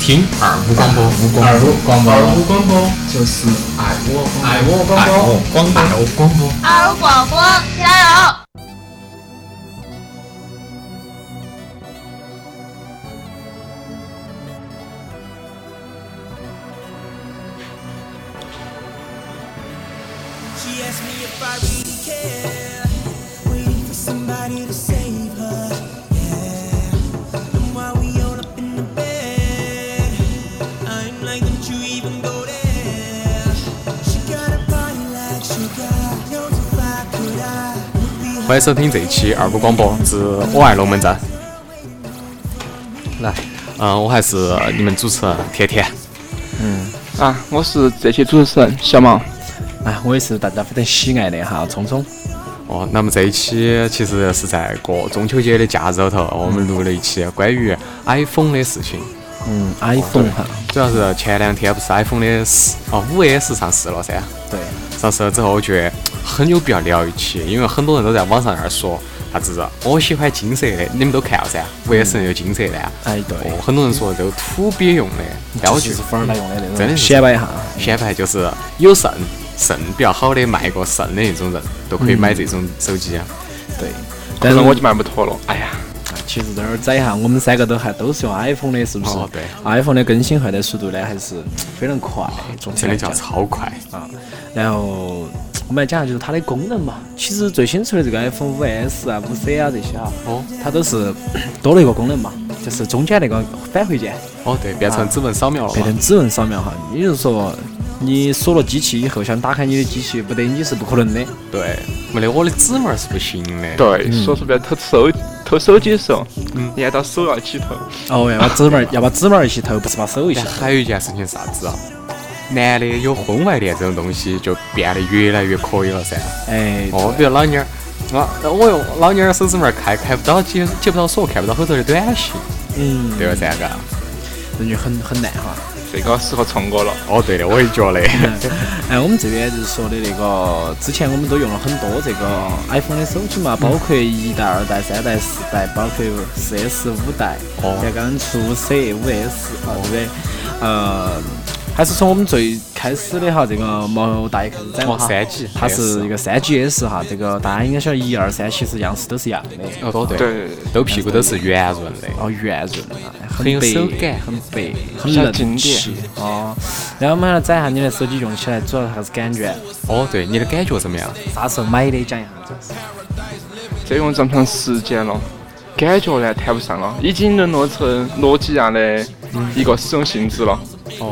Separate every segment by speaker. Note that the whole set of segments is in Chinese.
Speaker 1: 平耳无光波，
Speaker 2: 无光
Speaker 1: 耳
Speaker 2: 波光波
Speaker 1: 耳无光波，
Speaker 2: 就是矮窝光
Speaker 1: 矮窝哎光
Speaker 2: 矮
Speaker 1: 波
Speaker 2: 窝，光
Speaker 1: 矮窝光波。
Speaker 3: 二五广播，加油！
Speaker 4: She asked me if I really care, waiting for somebody to save her. Yeah. And while we all up in the bed, I'm like, don't you even go there. She got a body like sugar. Knows if I could, I would be
Speaker 1: 欢迎收听这一期二五广播之我爱龙门阵。来，嗯、我还是你们主持人甜甜。
Speaker 5: 啊，我是这期主持人小毛。
Speaker 2: 啊，我也是大家非常喜爱的哈，聪聪。
Speaker 1: 哦，那么这一期其实是在过中秋节的假日头，我们录了一期关于 iPhone 的事情。
Speaker 2: 嗯，iPhone 哈，
Speaker 1: 主要是前两天不是 iPhone 的十哦五 S 上市了噻，
Speaker 2: 对，
Speaker 1: 上市了之后我觉得很有必要聊一期，因为很多人都在网上那儿说啥子我喜欢金色的，你们都看了噻，五 S 有金色的啊，
Speaker 2: 哎对
Speaker 1: 哦，很多人说这个土鳖用的，然后
Speaker 2: 就是富二代用的那种，
Speaker 1: 真的是
Speaker 2: 显摆一下。
Speaker 1: 显摆就是有肾肾比较好的卖过肾的那种人都可以买这种手机啊，
Speaker 2: 对，
Speaker 5: 可
Speaker 2: 但
Speaker 5: 是
Speaker 2: 是
Speaker 5: 我
Speaker 2: 我
Speaker 5: 就卖不脱了。哎呀，
Speaker 2: 其实在这儿宰一下，我们三个都还都是用 iPhone 的，是不是？
Speaker 1: 哦对
Speaker 2: iPhone 的更新换代速度呢，还是非常快，总体
Speaker 1: 真的
Speaker 2: 来
Speaker 1: 叫
Speaker 2: 讲。
Speaker 1: 超快。
Speaker 2: 啊。然后我们来讲一下就是它的功能嘛。其实最新出的这个 iPhone 五 S 啊、五 C 啊这些啊，
Speaker 1: 哦
Speaker 2: 它都是多了一个功能嘛，就是中间那个返回键
Speaker 1: 哦对，变成指纹扫描了
Speaker 2: 变
Speaker 1: 嘛
Speaker 2: 成，指纹扫描哈。也就是说，你锁了机器以后，想打开你的机器，不得你是不可能的。
Speaker 1: 对，没得我的指纹是不行的。
Speaker 5: 对，说是不要偷手偷手机的时候，你按到手要一起偷。
Speaker 2: 哦，要把指纹儿，要把指纹儿一起投，不是把手一起
Speaker 1: 但
Speaker 2: 投。
Speaker 1: 还有一件事情是啥子啊？男的有婚外恋这种东西就变得越来越可以了噻。
Speaker 2: 哎，
Speaker 1: 哦，比如老娘儿，啊，我用老娘儿手指门儿开开不到解解不到锁，看不到后头的短信，
Speaker 2: 嗯，
Speaker 1: 对吧？噻，嘎。
Speaker 2: 这就很很难哈。
Speaker 5: 这个适合聪哥了。
Speaker 1: 哦，对的，我也觉得。
Speaker 2: 哎，我们这边就是说的那个，之前我们都用了很多这个 iPhone 的手机
Speaker 1: 嗯
Speaker 2: 嘛，包括一代、二代、三代、四代，包括四 S、五代，
Speaker 1: 哦
Speaker 2: 才刚出五 C、五 S 啊，对不对？呃，还是从我们最开始的哈，这个毛大爷开始讲
Speaker 1: 哦
Speaker 2: 哈，
Speaker 1: 3G
Speaker 2: 它是一个三 GS 哈，这个大家应该晓得一二三其实样式都是一样的，
Speaker 1: 哦，都对，
Speaker 5: 对，
Speaker 1: 都屁股都是圆润的。
Speaker 2: 哦，圆润啊，
Speaker 1: 很有
Speaker 2: 白
Speaker 1: 手感
Speaker 2: 很白，很
Speaker 5: 比较
Speaker 2: 嫩
Speaker 5: 经
Speaker 2: 气
Speaker 5: 典
Speaker 2: 哦。然后我们来展一下你的手机用起来主要还是感觉。
Speaker 1: 哦，对，你的感觉怎么样？
Speaker 2: 啥时候买的？讲一下。
Speaker 5: 这用这么长时间了，感觉呢谈不上了，已经沦落成诺基亚的一个使用性质了。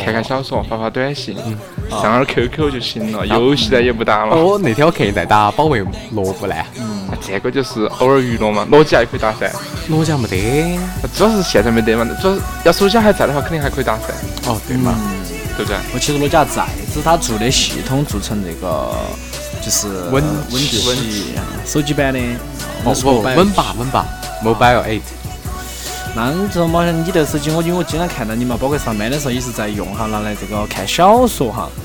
Speaker 5: 看看小说，发发短信，嗯哦啊上下 QQ 就行了，游戏呢也不打了。
Speaker 1: 哦，那天我看你在打保卫萝卜呢，
Speaker 5: 啊这个就是偶尔娱乐嘛，诺基亚也可以打噻。
Speaker 1: 诺基亚没得。
Speaker 5: 主要是现在没得嘛，主要是要手机还在的话，肯定还可以打噻，
Speaker 1: 哦，对嘛。
Speaker 2: 嗯
Speaker 5: 对不对？
Speaker 2: 我其实诺基亚在，只是它做的系统做成这个就是
Speaker 1: 温
Speaker 2: 温
Speaker 1: 系
Speaker 2: 系手机版的。
Speaker 1: 哦不，
Speaker 2: 温
Speaker 1: 稳吧稳吧，Mobile Eight。
Speaker 2: 那这毛像你的手机，我因为我经常看到你嘛，包括上班的时候也是在用哈，拿来这个看小说哈。
Speaker 1: 哦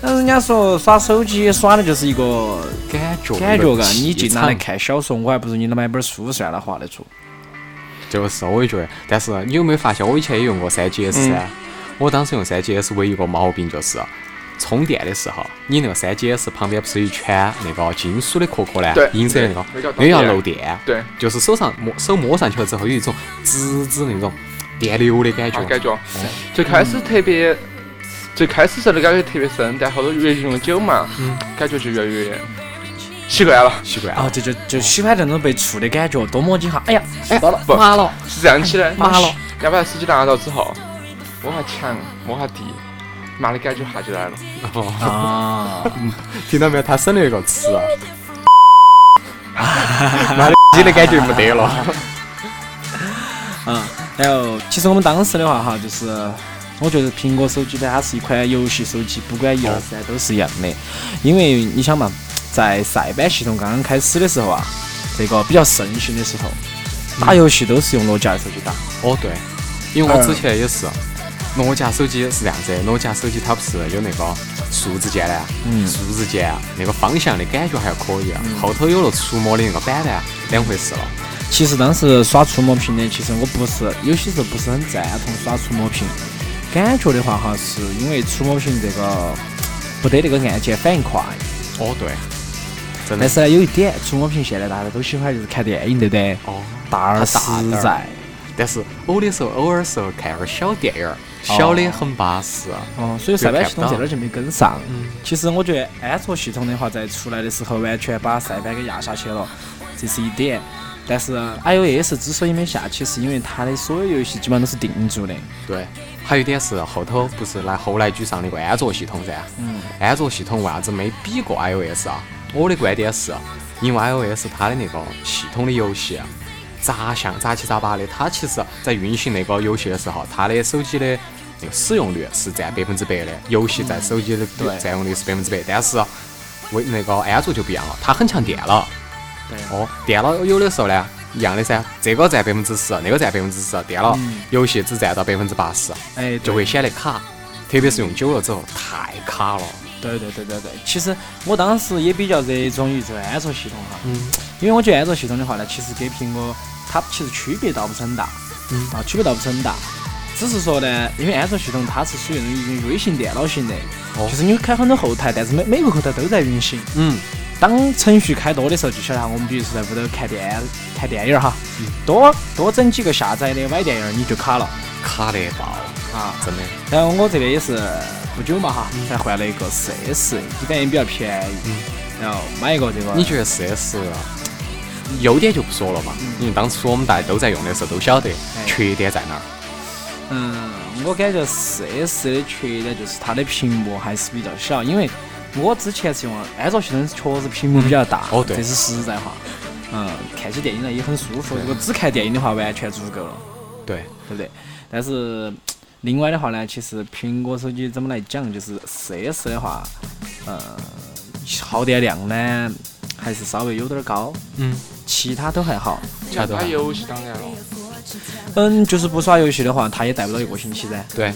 Speaker 2: 那人家说耍手机耍的就是一个
Speaker 1: 感觉
Speaker 2: 感觉嘎，
Speaker 1: 气
Speaker 2: 你净拿来
Speaker 1: 场，
Speaker 2: 看小说，我还不如你买本书算了，划得出。
Speaker 1: 就是我也觉得。但是你有没有发现，我以前也用过三 GS 噻？我当时用三 GS 唯一一个毛病就是，充电的时候，你那个三 GS 旁边不是有一圈那个金属的壳壳呢
Speaker 5: 对，
Speaker 1: 银色的那个，
Speaker 5: 那个
Speaker 1: 那个要
Speaker 5: 导电
Speaker 1: 漏电，
Speaker 5: 对，
Speaker 1: 就是手上摸手摸上去了之后，有一种滋滋那种电流的感觉
Speaker 5: 啊，，感觉
Speaker 1: 嗯
Speaker 5: 最开始特别，最开始时候的感觉特别深，但后头越用久嘛，
Speaker 1: 嗯
Speaker 5: 感觉就越来越习惯了，
Speaker 1: 习惯
Speaker 2: 啊，
Speaker 1: 了。
Speaker 2: 这就就喜欢那种被触的感觉，多摸几下，哎呀，
Speaker 5: 哎
Speaker 2: 到了，
Speaker 5: 不
Speaker 2: 麻了，
Speaker 5: 是这样起的。
Speaker 2: 麻了。
Speaker 5: 要把手机拿到之后，摸下墙，摸下地，麻的感觉哈就来了。
Speaker 2: 啊。
Speaker 1: 听到没有？他省了一个啊词， 妈的，你的感觉没得了。
Speaker 2: 嗯， 然后其实我们当时的话哈，就是我觉得苹果手机呢，它是一款游戏手机，不管一二三都是一样的，因为你想嘛，在塞班系统刚刚开始的时候啊，这个比较盛行的时候，打游戏都是用诺基亚手机打。
Speaker 1: 哦，对，因为我
Speaker 2: 嗯
Speaker 1: 之前也是，诺基亚手机是这样子的，诺基亚手机它不是有那个数字键呢？
Speaker 2: 嗯
Speaker 1: 数字键啊那个方向的感觉还可以啊，后头有了触摸的那个板呢，两回事了。
Speaker 2: 其实当时耍触摸屏的，其实我不是有些时候不是很赞同耍触摸屏，感觉的话哈，是因为触摸屏这个不得那个按键反应快，
Speaker 1: 哦，对，真
Speaker 2: 但
Speaker 1: 的
Speaker 2: 是呢有一点，触摸屏现在大家都喜欢就是看电影，对不对？
Speaker 1: 哦。
Speaker 2: 大而实
Speaker 1: 大点儿
Speaker 2: 在，
Speaker 1: 但是偶的时候，偶尔时候看会儿小电影儿，小的很巴适。啊
Speaker 2: 哦，所以塞班系统这点儿就没跟上。
Speaker 1: 嗯，
Speaker 2: 其实我觉得安卓系统的话，在出来的时候完全把塞班给压下去了，这是一点。但是 iOS 之所以没下去，是因为它的所有游戏基本上都是定住的。
Speaker 1: 对。还有一点是后头不是来后来居上的一个安卓系统噻？
Speaker 2: 嗯，
Speaker 1: 安卓系统为啥子没比过 iOS 啊？我的观点是，因为 iOS 它的那个系统的游戏啊杂项杂七杂八的，它其实在运行那个游戏的时候，它的手机的那个使用率是占百分之百的，游戏在手机的
Speaker 2: 对
Speaker 1: 占用率是百分之百，但是为那个安卓就不一样了，它很强电脑。
Speaker 2: 对
Speaker 1: 哦，电脑有的时候呢，一样的噻，这个占百分之十，那个占百分之十，电脑
Speaker 2: 嗯
Speaker 1: 游戏只占到百分之八十，
Speaker 2: 哎，
Speaker 1: 就
Speaker 2: 对
Speaker 1: 会显得卡，特别是用久了之后太卡了。
Speaker 2: 对对对对对，其实我当时也比较热衷于这个安卓系统哈，
Speaker 1: 嗯，
Speaker 2: 因为我觉得安卓系统的话呢，其实跟苹果它其实区别倒不是很大，
Speaker 1: 嗯
Speaker 2: 啊，区别倒不是很大，只是说呢，因为安卓系统它是属于那种微型电脑型的，
Speaker 1: 哦
Speaker 2: 就是你开很多后台，但是每每个后台都在运行。
Speaker 1: 嗯，
Speaker 2: 当程序开多的时候，就晓得哈我们比如说在屋头看电看电影儿哈，
Speaker 1: 嗯
Speaker 2: 多多整几个下载的歪电影儿你就卡了
Speaker 1: 卡得爆，
Speaker 2: 啊。
Speaker 1: 真的。
Speaker 2: 然后我这边也是不久嘛哈，
Speaker 1: 嗯
Speaker 2: 才换了一个 4S，一般也比较便宜，然后买一个这个。
Speaker 1: 你觉得四 S 优啊点就不说了嘛，因为当初我们大家都在用的时候都晓得
Speaker 2: 哎
Speaker 1: 缺点在哪儿。
Speaker 2: 嗯，我感觉 4S 的缺点就是它的屏幕还是比较小，因为我之前是用安卓系统，确实屏幕比较大，
Speaker 1: 哦对
Speaker 2: 这是实在话。嗯，看起电影来也很舒服。如果只看电影的话，完全足够了。
Speaker 1: 对，
Speaker 2: 对不对？但是另外的话呢，其实苹果手机怎么来讲，就是 4S 的话，呃，耗电量呢还是稍微有点儿高，
Speaker 1: 嗯，
Speaker 2: 其他都还好。
Speaker 1: 晓得吧
Speaker 5: 打游戏哎当然了，
Speaker 2: 嗯，就是不耍游戏的话，它也带不到一个星期噻。
Speaker 1: 对。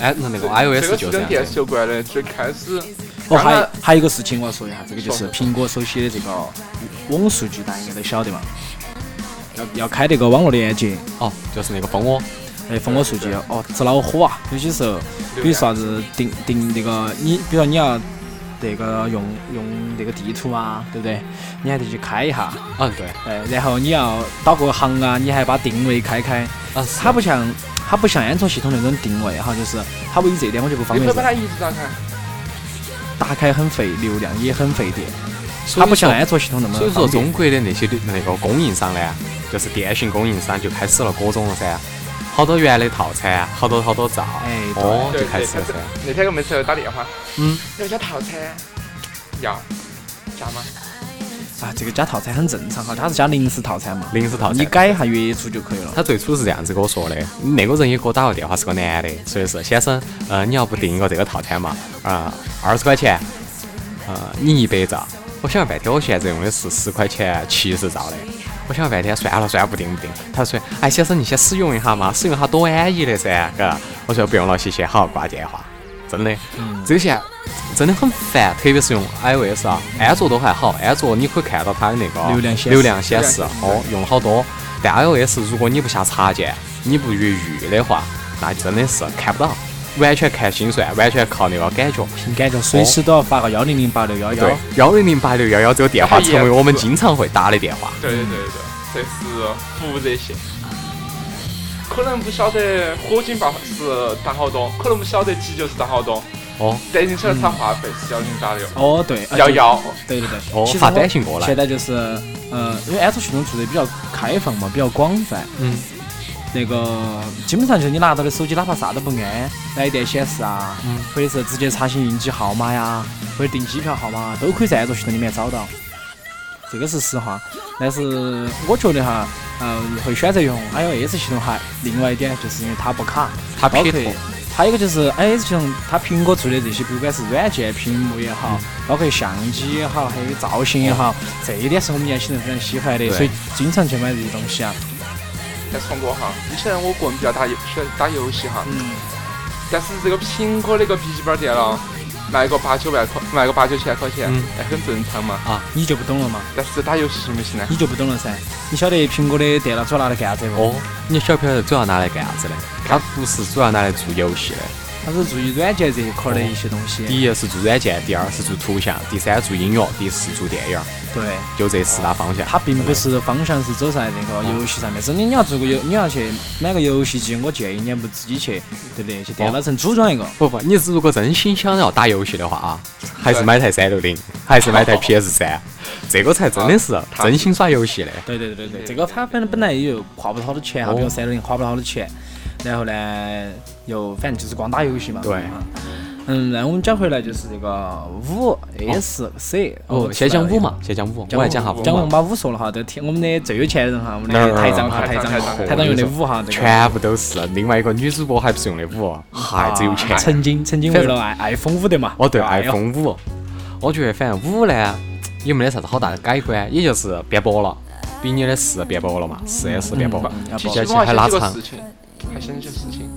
Speaker 1: 哎，那那个
Speaker 5: 这
Speaker 1: iOS
Speaker 5: 个
Speaker 1: 就是这
Speaker 5: 跟电
Speaker 1: 样
Speaker 5: 视
Speaker 1: 子。
Speaker 5: 有关的。最开始，
Speaker 2: 哦，
Speaker 5: 刚
Speaker 2: 还有
Speaker 5: 才
Speaker 2: 还有一个事情我要说一下，这个就是
Speaker 5: 说
Speaker 2: 苹果手机的这个网数据，大家应该都晓得嘛。要要开这个网络连接，
Speaker 1: 哦，就是那个蜂窝。
Speaker 2: 哎，蜂窝数据哦，这恼火啊！有些时候，比如说啥子定定那个你，比如说你要那个用用那个地图啊，对不对？你还得去开一下，
Speaker 1: 嗯，对。
Speaker 2: 哎，然后你要导个航啊，你还把定位开开。
Speaker 1: 啊，
Speaker 2: 它不像它不像安卓系统那种定位哈，就是它唯一这一点我就不方
Speaker 5: 你可以
Speaker 2: 便
Speaker 5: 把它
Speaker 2: 说，
Speaker 5: 一直打开。
Speaker 2: 打开很费流量，也很费电。
Speaker 1: 是
Speaker 2: 它不像安卓系统那么
Speaker 1: 所以说，
Speaker 2: 方便
Speaker 1: 中国的那些的那个供应商呢，就是电信供应商就开始了各种了噻，好多元的套餐，好多好多兆，
Speaker 2: 哎对
Speaker 1: 哦，
Speaker 5: 对
Speaker 1: 就开始了噻。
Speaker 5: 那天给我们室友打电话，
Speaker 1: 嗯，
Speaker 5: 要加套餐，要加吗？
Speaker 2: 啊，这个加套餐很正常哈，它是加零食套餐嘛，
Speaker 1: 零食套
Speaker 2: 你
Speaker 1: 餐。
Speaker 2: 改一下月租就可以了。
Speaker 1: 他最初是这样子跟我说的，那个人也给我打个电话，是个男的，说的是先生，呃，你要不订一个这个套餐嘛？啊、二十块钱，呃，你一百兆。我想了半天，我现在用的是十块钱七十兆的。我想了半天，算了算了，不订不订。他说，哎，先生，你先使用一下嘛，使用一下多安逸的噻，嘎。我说不用了，谢谢，好，挂电话。真的，这个现在真的很烦，特别是用 iOS 啊，安卓都还好，安卓你可以看到它的那个
Speaker 2: 流量显示
Speaker 1: 流量显示，哦，用了好多。但 iOS 如果你不下插件，你不越狱的话，那真的是看不到，完全看心算，完全靠那个感觉。
Speaker 2: 凭感觉随时都要发个幺零零八六幺幺
Speaker 1: 对。，幺零零八六幺幺这个电话成为我们经常会打的电话。
Speaker 5: 对对对对，这是服务热线。可能不晓得火警报是打好多，可能不晓得急救是打好多，
Speaker 1: 哦，
Speaker 5: 但你晓得打话费是幺零八六
Speaker 2: 哦，对，啊
Speaker 5: 幺。幺。
Speaker 2: 对对对，
Speaker 1: 哦
Speaker 2: 其实
Speaker 1: 发
Speaker 2: 我
Speaker 1: 短信过来
Speaker 2: 现在就是，呃，因为安卓系统做的比较开放嘛，比较广泛。
Speaker 1: 嗯。
Speaker 2: 那个基本上就是你拿到的手机，哪怕啥都不安，来电显示啊，
Speaker 1: 嗯
Speaker 2: 或者是直接查询应急号码呀，或者订机票号码，都可以在安卓系统里面找到。这个是实话，但是我觉得哈，嗯、会选择用 iOS 系统哈。另外一点就是因为它不卡，
Speaker 1: 它
Speaker 2: 包
Speaker 1: 撇
Speaker 2: 括
Speaker 1: 脱
Speaker 2: 还有一个就是 iOS 系统，它苹果做的这些，不管是软件、屏幕也好，
Speaker 1: 嗯
Speaker 2: 包括相机也好，还有造型也好，这一点是我们年轻人非常喜欢的，
Speaker 1: 对
Speaker 2: 所以经常去买这些东西啊。
Speaker 5: 但是从我哈，以前我个人比较打游喜欢打游戏哈，
Speaker 2: 嗯，
Speaker 5: 但是这个苹果那个笔记本电脑，卖个八九万块，卖个八九千块钱
Speaker 1: 嗯，
Speaker 5: 哎，很正常嘛。
Speaker 2: 你就不懂了嘛，
Speaker 5: 但是打游戏行不行呢？
Speaker 2: 你就不懂了噻。你晓得苹果的电脑主要拿来干啥子不？
Speaker 1: 嗯哦，你晓不晓得主要拿来干啥子的？它不是主要拿来做游戏的，
Speaker 2: 它是注意软件这一块儿的一些东西。
Speaker 1: 第一是做软件，第二是做图像，第三做音乐，第四做电影，
Speaker 2: 对，
Speaker 1: 就这四大方向。
Speaker 2: 它并不是方向是走在那个游戏上面。真的，你要做个游，你要去买个游戏机，我建议你还不自己去，对不对？
Speaker 1: 哦
Speaker 2: 去电脑城组装一个。
Speaker 1: 不不，你如果真心想要打游戏的话啊，还是买台三六零，还是买台 PS 三，这个才真的是真心耍游戏的。
Speaker 2: 对对对对对，这个它反正本来也又花不了好多钱，哈，
Speaker 1: 哦
Speaker 2: 比如三六零花不了好多钱，然后呢，又反正就是光打游戏嘛。
Speaker 1: 对
Speaker 2: 啊。嗯，那我们讲回来就是这个五 S C，
Speaker 1: 哦，先讲五，嘛，先讲五，我来讲下
Speaker 2: 五
Speaker 1: 五
Speaker 2: 讲我们
Speaker 1: 嘛，
Speaker 2: 把五说了哈，这天我们的最有钱的人哈，我们
Speaker 1: 哪儿
Speaker 2: 的
Speaker 1: 啊
Speaker 2: 台长哈，台
Speaker 5: 台
Speaker 2: 长
Speaker 5: 长
Speaker 2: 哈
Speaker 5: 台长
Speaker 2: 台长用的五哈，这个
Speaker 1: 全部都是。另外一个女主播还不是用的五，哦还只有
Speaker 2: 啊
Speaker 1: 钱。
Speaker 2: 曾经曾经为了爱 iPhone 五的嘛，
Speaker 1: 哦，对
Speaker 2: 哎呦
Speaker 1: ，iPhone 五，我觉得反正五呢也没得啥子好大的改观，也就是变薄了，比你的四变薄了嘛，四 S 变薄了
Speaker 2: 嗯，
Speaker 1: 比
Speaker 2: 其
Speaker 5: 其
Speaker 1: 较
Speaker 5: 实
Speaker 1: 起
Speaker 5: 我还
Speaker 1: 还拉
Speaker 5: 想起个
Speaker 1: 长嗯
Speaker 5: 事。情，还想起个事情。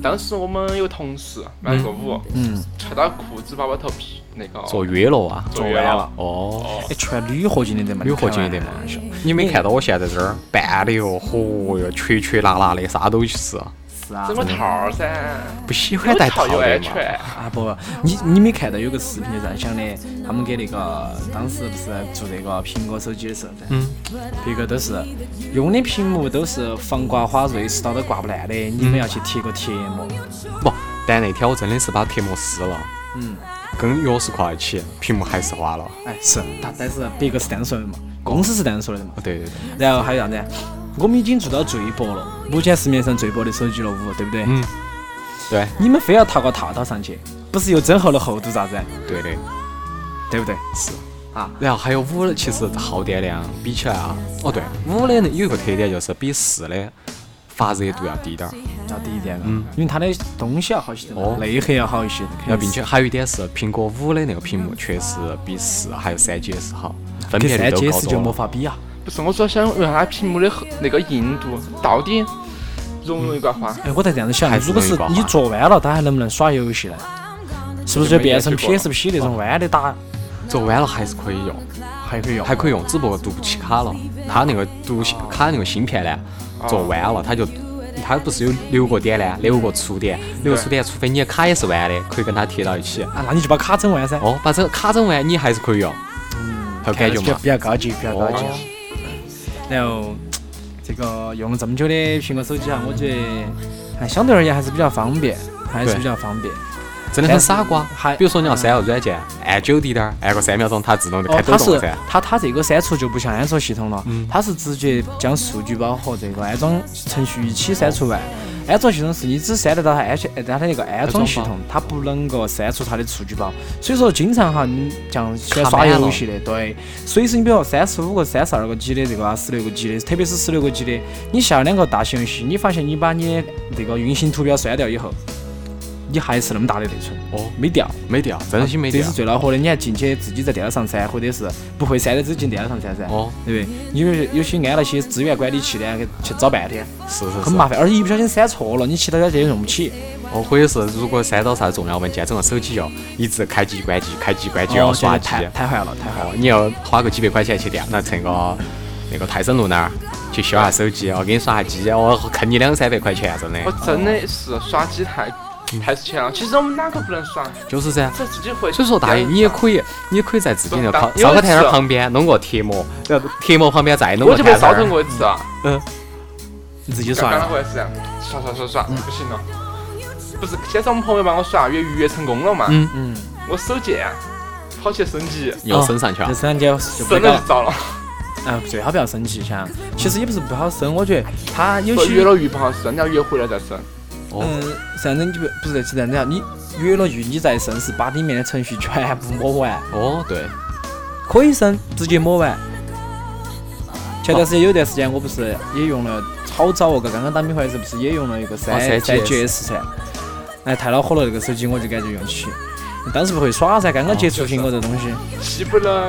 Speaker 5: 当时我们有同事买个五，
Speaker 2: 嗯，
Speaker 5: 穿到裤子把我头皮那个
Speaker 1: 坐约了啊，
Speaker 5: 坐冤了。
Speaker 1: 哦。
Speaker 2: 哎全铝合金的得嘛，
Speaker 1: 铝合金的
Speaker 2: 开
Speaker 1: 嘛
Speaker 2: 玩笑，
Speaker 1: 你没看到我现在这儿扮的哟，嚯哟，缺缺拉拉的，啥都是，
Speaker 2: 是啊
Speaker 5: 整，个
Speaker 1: 嗯
Speaker 5: 套儿噻，
Speaker 1: 不喜欢
Speaker 5: 有哎
Speaker 1: 戴
Speaker 5: 套
Speaker 1: 套
Speaker 5: 又
Speaker 1: 的
Speaker 5: 安
Speaker 1: 嘛。
Speaker 5: 全。
Speaker 2: 啊不，你你没看到有个视频就这样想的，他们给那个当时不是做那个苹果手机的时候，嗯，别个都是用的屏幕都是防刮花、瑞士刀都刮不烂的，你们要去贴个贴膜，
Speaker 1: 不，但那天我真的是把贴膜撕了，
Speaker 2: 嗯，
Speaker 1: 跟钥匙挂一起，屏幕还是花了。哦
Speaker 2: 哎是，但但是别个是这样说的嘛，公司是这样说的嘛
Speaker 1: 哦，，对对对，
Speaker 2: 然后还有啥子？我们已经做到最薄了，目前市面上最薄的手机了五，对不对？
Speaker 1: 嗯，对
Speaker 2: 你们非要套个套套上去，不是又增厚了厚度咋子？
Speaker 1: 对的。
Speaker 2: 对不对？
Speaker 1: 是
Speaker 2: 啊。
Speaker 1: 然后还有五的，其实耗电量比起来啊，哦对，五的有一个特点就是比四的发热度要低点儿，
Speaker 2: 要低一点了，因为它的东西要好一些嘛，
Speaker 1: 哦
Speaker 2: 内嗯核要好一些，
Speaker 1: 然后并且还有一点是苹果五的那个屏幕确实比四还有三 GS 好，分
Speaker 2: 跟
Speaker 1: 辨率
Speaker 2: 三
Speaker 1: 都高
Speaker 2: GS 就
Speaker 1: 多
Speaker 2: 没
Speaker 1: 了。
Speaker 2: 法比啊。
Speaker 5: 不是，我主要想问下屏幕的厚那个硬度到底容不容易刮
Speaker 1: 嗯
Speaker 5: 花？
Speaker 2: 哎，我在这样子想
Speaker 1: 还，是
Speaker 2: 如果是
Speaker 1: 容易挂
Speaker 2: 你
Speaker 1: 嘛
Speaker 2: 坐弯了，它还能不能耍游戏呢？是不是就变成
Speaker 5: 就没得
Speaker 2: PSP 那种弯的打
Speaker 1: 做弯了还是可以用，
Speaker 2: 还可以用？
Speaker 1: 还可以用，只不过读不起卡了。它那个读起卡那个芯片呢，做弯了，它就它不是有六个点呢，六个触点，六个触点，除非你的卡也是弯的，可以跟它贴到一起。
Speaker 2: 啊，那你就把卡整弯噻。
Speaker 1: 哦，把这个卡整完，你还是可以用，还有
Speaker 2: 嗯看
Speaker 1: 感
Speaker 2: 上
Speaker 1: 觉
Speaker 2: 去就
Speaker 1: 嘛
Speaker 2: 比？较高级，比较高级啊嗯
Speaker 1: 哦。
Speaker 2: 然后这个用了这么久的苹果手机啊，我觉得还相对而言还是比较方便，还是
Speaker 1: 对
Speaker 2: 比较方便。
Speaker 1: 真的很傻瓜
Speaker 2: 还。
Speaker 1: 比如说你要删个软件，按久滴点儿，按个三秒钟，它自动就
Speaker 2: 哦
Speaker 1: 开，
Speaker 2: 它
Speaker 1: 抖动
Speaker 2: 是
Speaker 1: 了噻。嗯
Speaker 2: 它它这个删除就不像安卓系统了，它是直接将数据包和这个安装程序一起删除完。安卓系统是你只删得到它安全，呃它的那个安装系
Speaker 1: 安
Speaker 2: 统
Speaker 1: 装，
Speaker 2: 它不能够删除它的数据包。所以说，经常哈，你像喜欢
Speaker 1: 卡
Speaker 2: 耍
Speaker 1: 满了
Speaker 2: 游戏的，对，所以说你比如说三十五个、三十二个 G 的这个啊，十六个 G 的，特别是十六个 G 的，你下了两个大型游戏，你发现你把你的这个运行图标删掉以后，你还是那么大的内存，
Speaker 1: 哦，
Speaker 2: 没掉。
Speaker 1: 没掉，真心没啊
Speaker 2: 这
Speaker 1: 掉
Speaker 2: 是。最恼火的。你还进去自己在电脑上删，或者是不会删的只进电脑上删噻，
Speaker 1: 哦，
Speaker 2: 对不对？有些有些安那些资源管理器呢，去找半天，
Speaker 1: 是是
Speaker 2: 很
Speaker 1: 是。
Speaker 2: 麻烦，而且一不小心删错了，你其他软件也用不起。
Speaker 1: 哦，或者是如果删到啥重要文件，整个手机要一直开机关机，开机关机要
Speaker 2: 哦
Speaker 1: 刷
Speaker 2: 这
Speaker 1: 机。
Speaker 2: 太太坏了，太坏了。
Speaker 1: 哦，你要花个几百块钱去电那那个那个泰森路那儿去修下手机，我哦给你刷下机，我坑你两三百块钱，啊真的
Speaker 5: 我。真的是耍鸡太
Speaker 1: 嗯
Speaker 5: 太值钱了。其实我们哪个不能耍？
Speaker 1: 就是噻。
Speaker 5: 这自己回。
Speaker 1: 所以说，大爷，你也可以，你也可以在自己那个
Speaker 5: 不
Speaker 1: 烤
Speaker 5: 当
Speaker 1: 烧烤
Speaker 5: 因为
Speaker 1: 摊儿
Speaker 5: 是
Speaker 1: 旁边弄个贴膜，然后贴膜旁边再弄
Speaker 5: 我
Speaker 1: 个
Speaker 5: 就被
Speaker 1: 摊
Speaker 5: 烧成
Speaker 1: 儿。
Speaker 5: 过一次啊，
Speaker 1: 嗯
Speaker 2: 你自己
Speaker 5: 刚
Speaker 2: 刷
Speaker 5: 刚那
Speaker 2: 了，
Speaker 5: 回事，啊耍耍耍耍，
Speaker 1: 嗯
Speaker 5: 不行了。不是，先是我们朋友帮我耍，越预约成功了嘛。
Speaker 1: 嗯
Speaker 2: 嗯，
Speaker 5: 我啊手贱，跑去升级，
Speaker 1: 又升上去啊了
Speaker 2: 这。三件就不
Speaker 5: 升了
Speaker 2: 搞
Speaker 5: 就，遭 了。
Speaker 2: 啊，最好不要生气，想，其实也不是不好生，我觉得它有
Speaker 5: 不
Speaker 2: 些
Speaker 5: 约了鱼不好升，你要约回来再升。
Speaker 1: 哦，
Speaker 2: 嗯，反正你不不是这样子啊，你约了鱼，你再生是把里面的程序全部抹完，
Speaker 1: 哦，对，
Speaker 2: 可以生，直接抹完。前段时间有段时间，我不是也用了，好早哦，刚刚当兵回来的时候不是也用了一个三
Speaker 1: 哦
Speaker 2: 三
Speaker 1: 三
Speaker 2: GS 噻？哎，太恼火了，那个手机我就感觉用起，当时不会耍噻，刚刚接触苹果这东西，
Speaker 5: 西不能，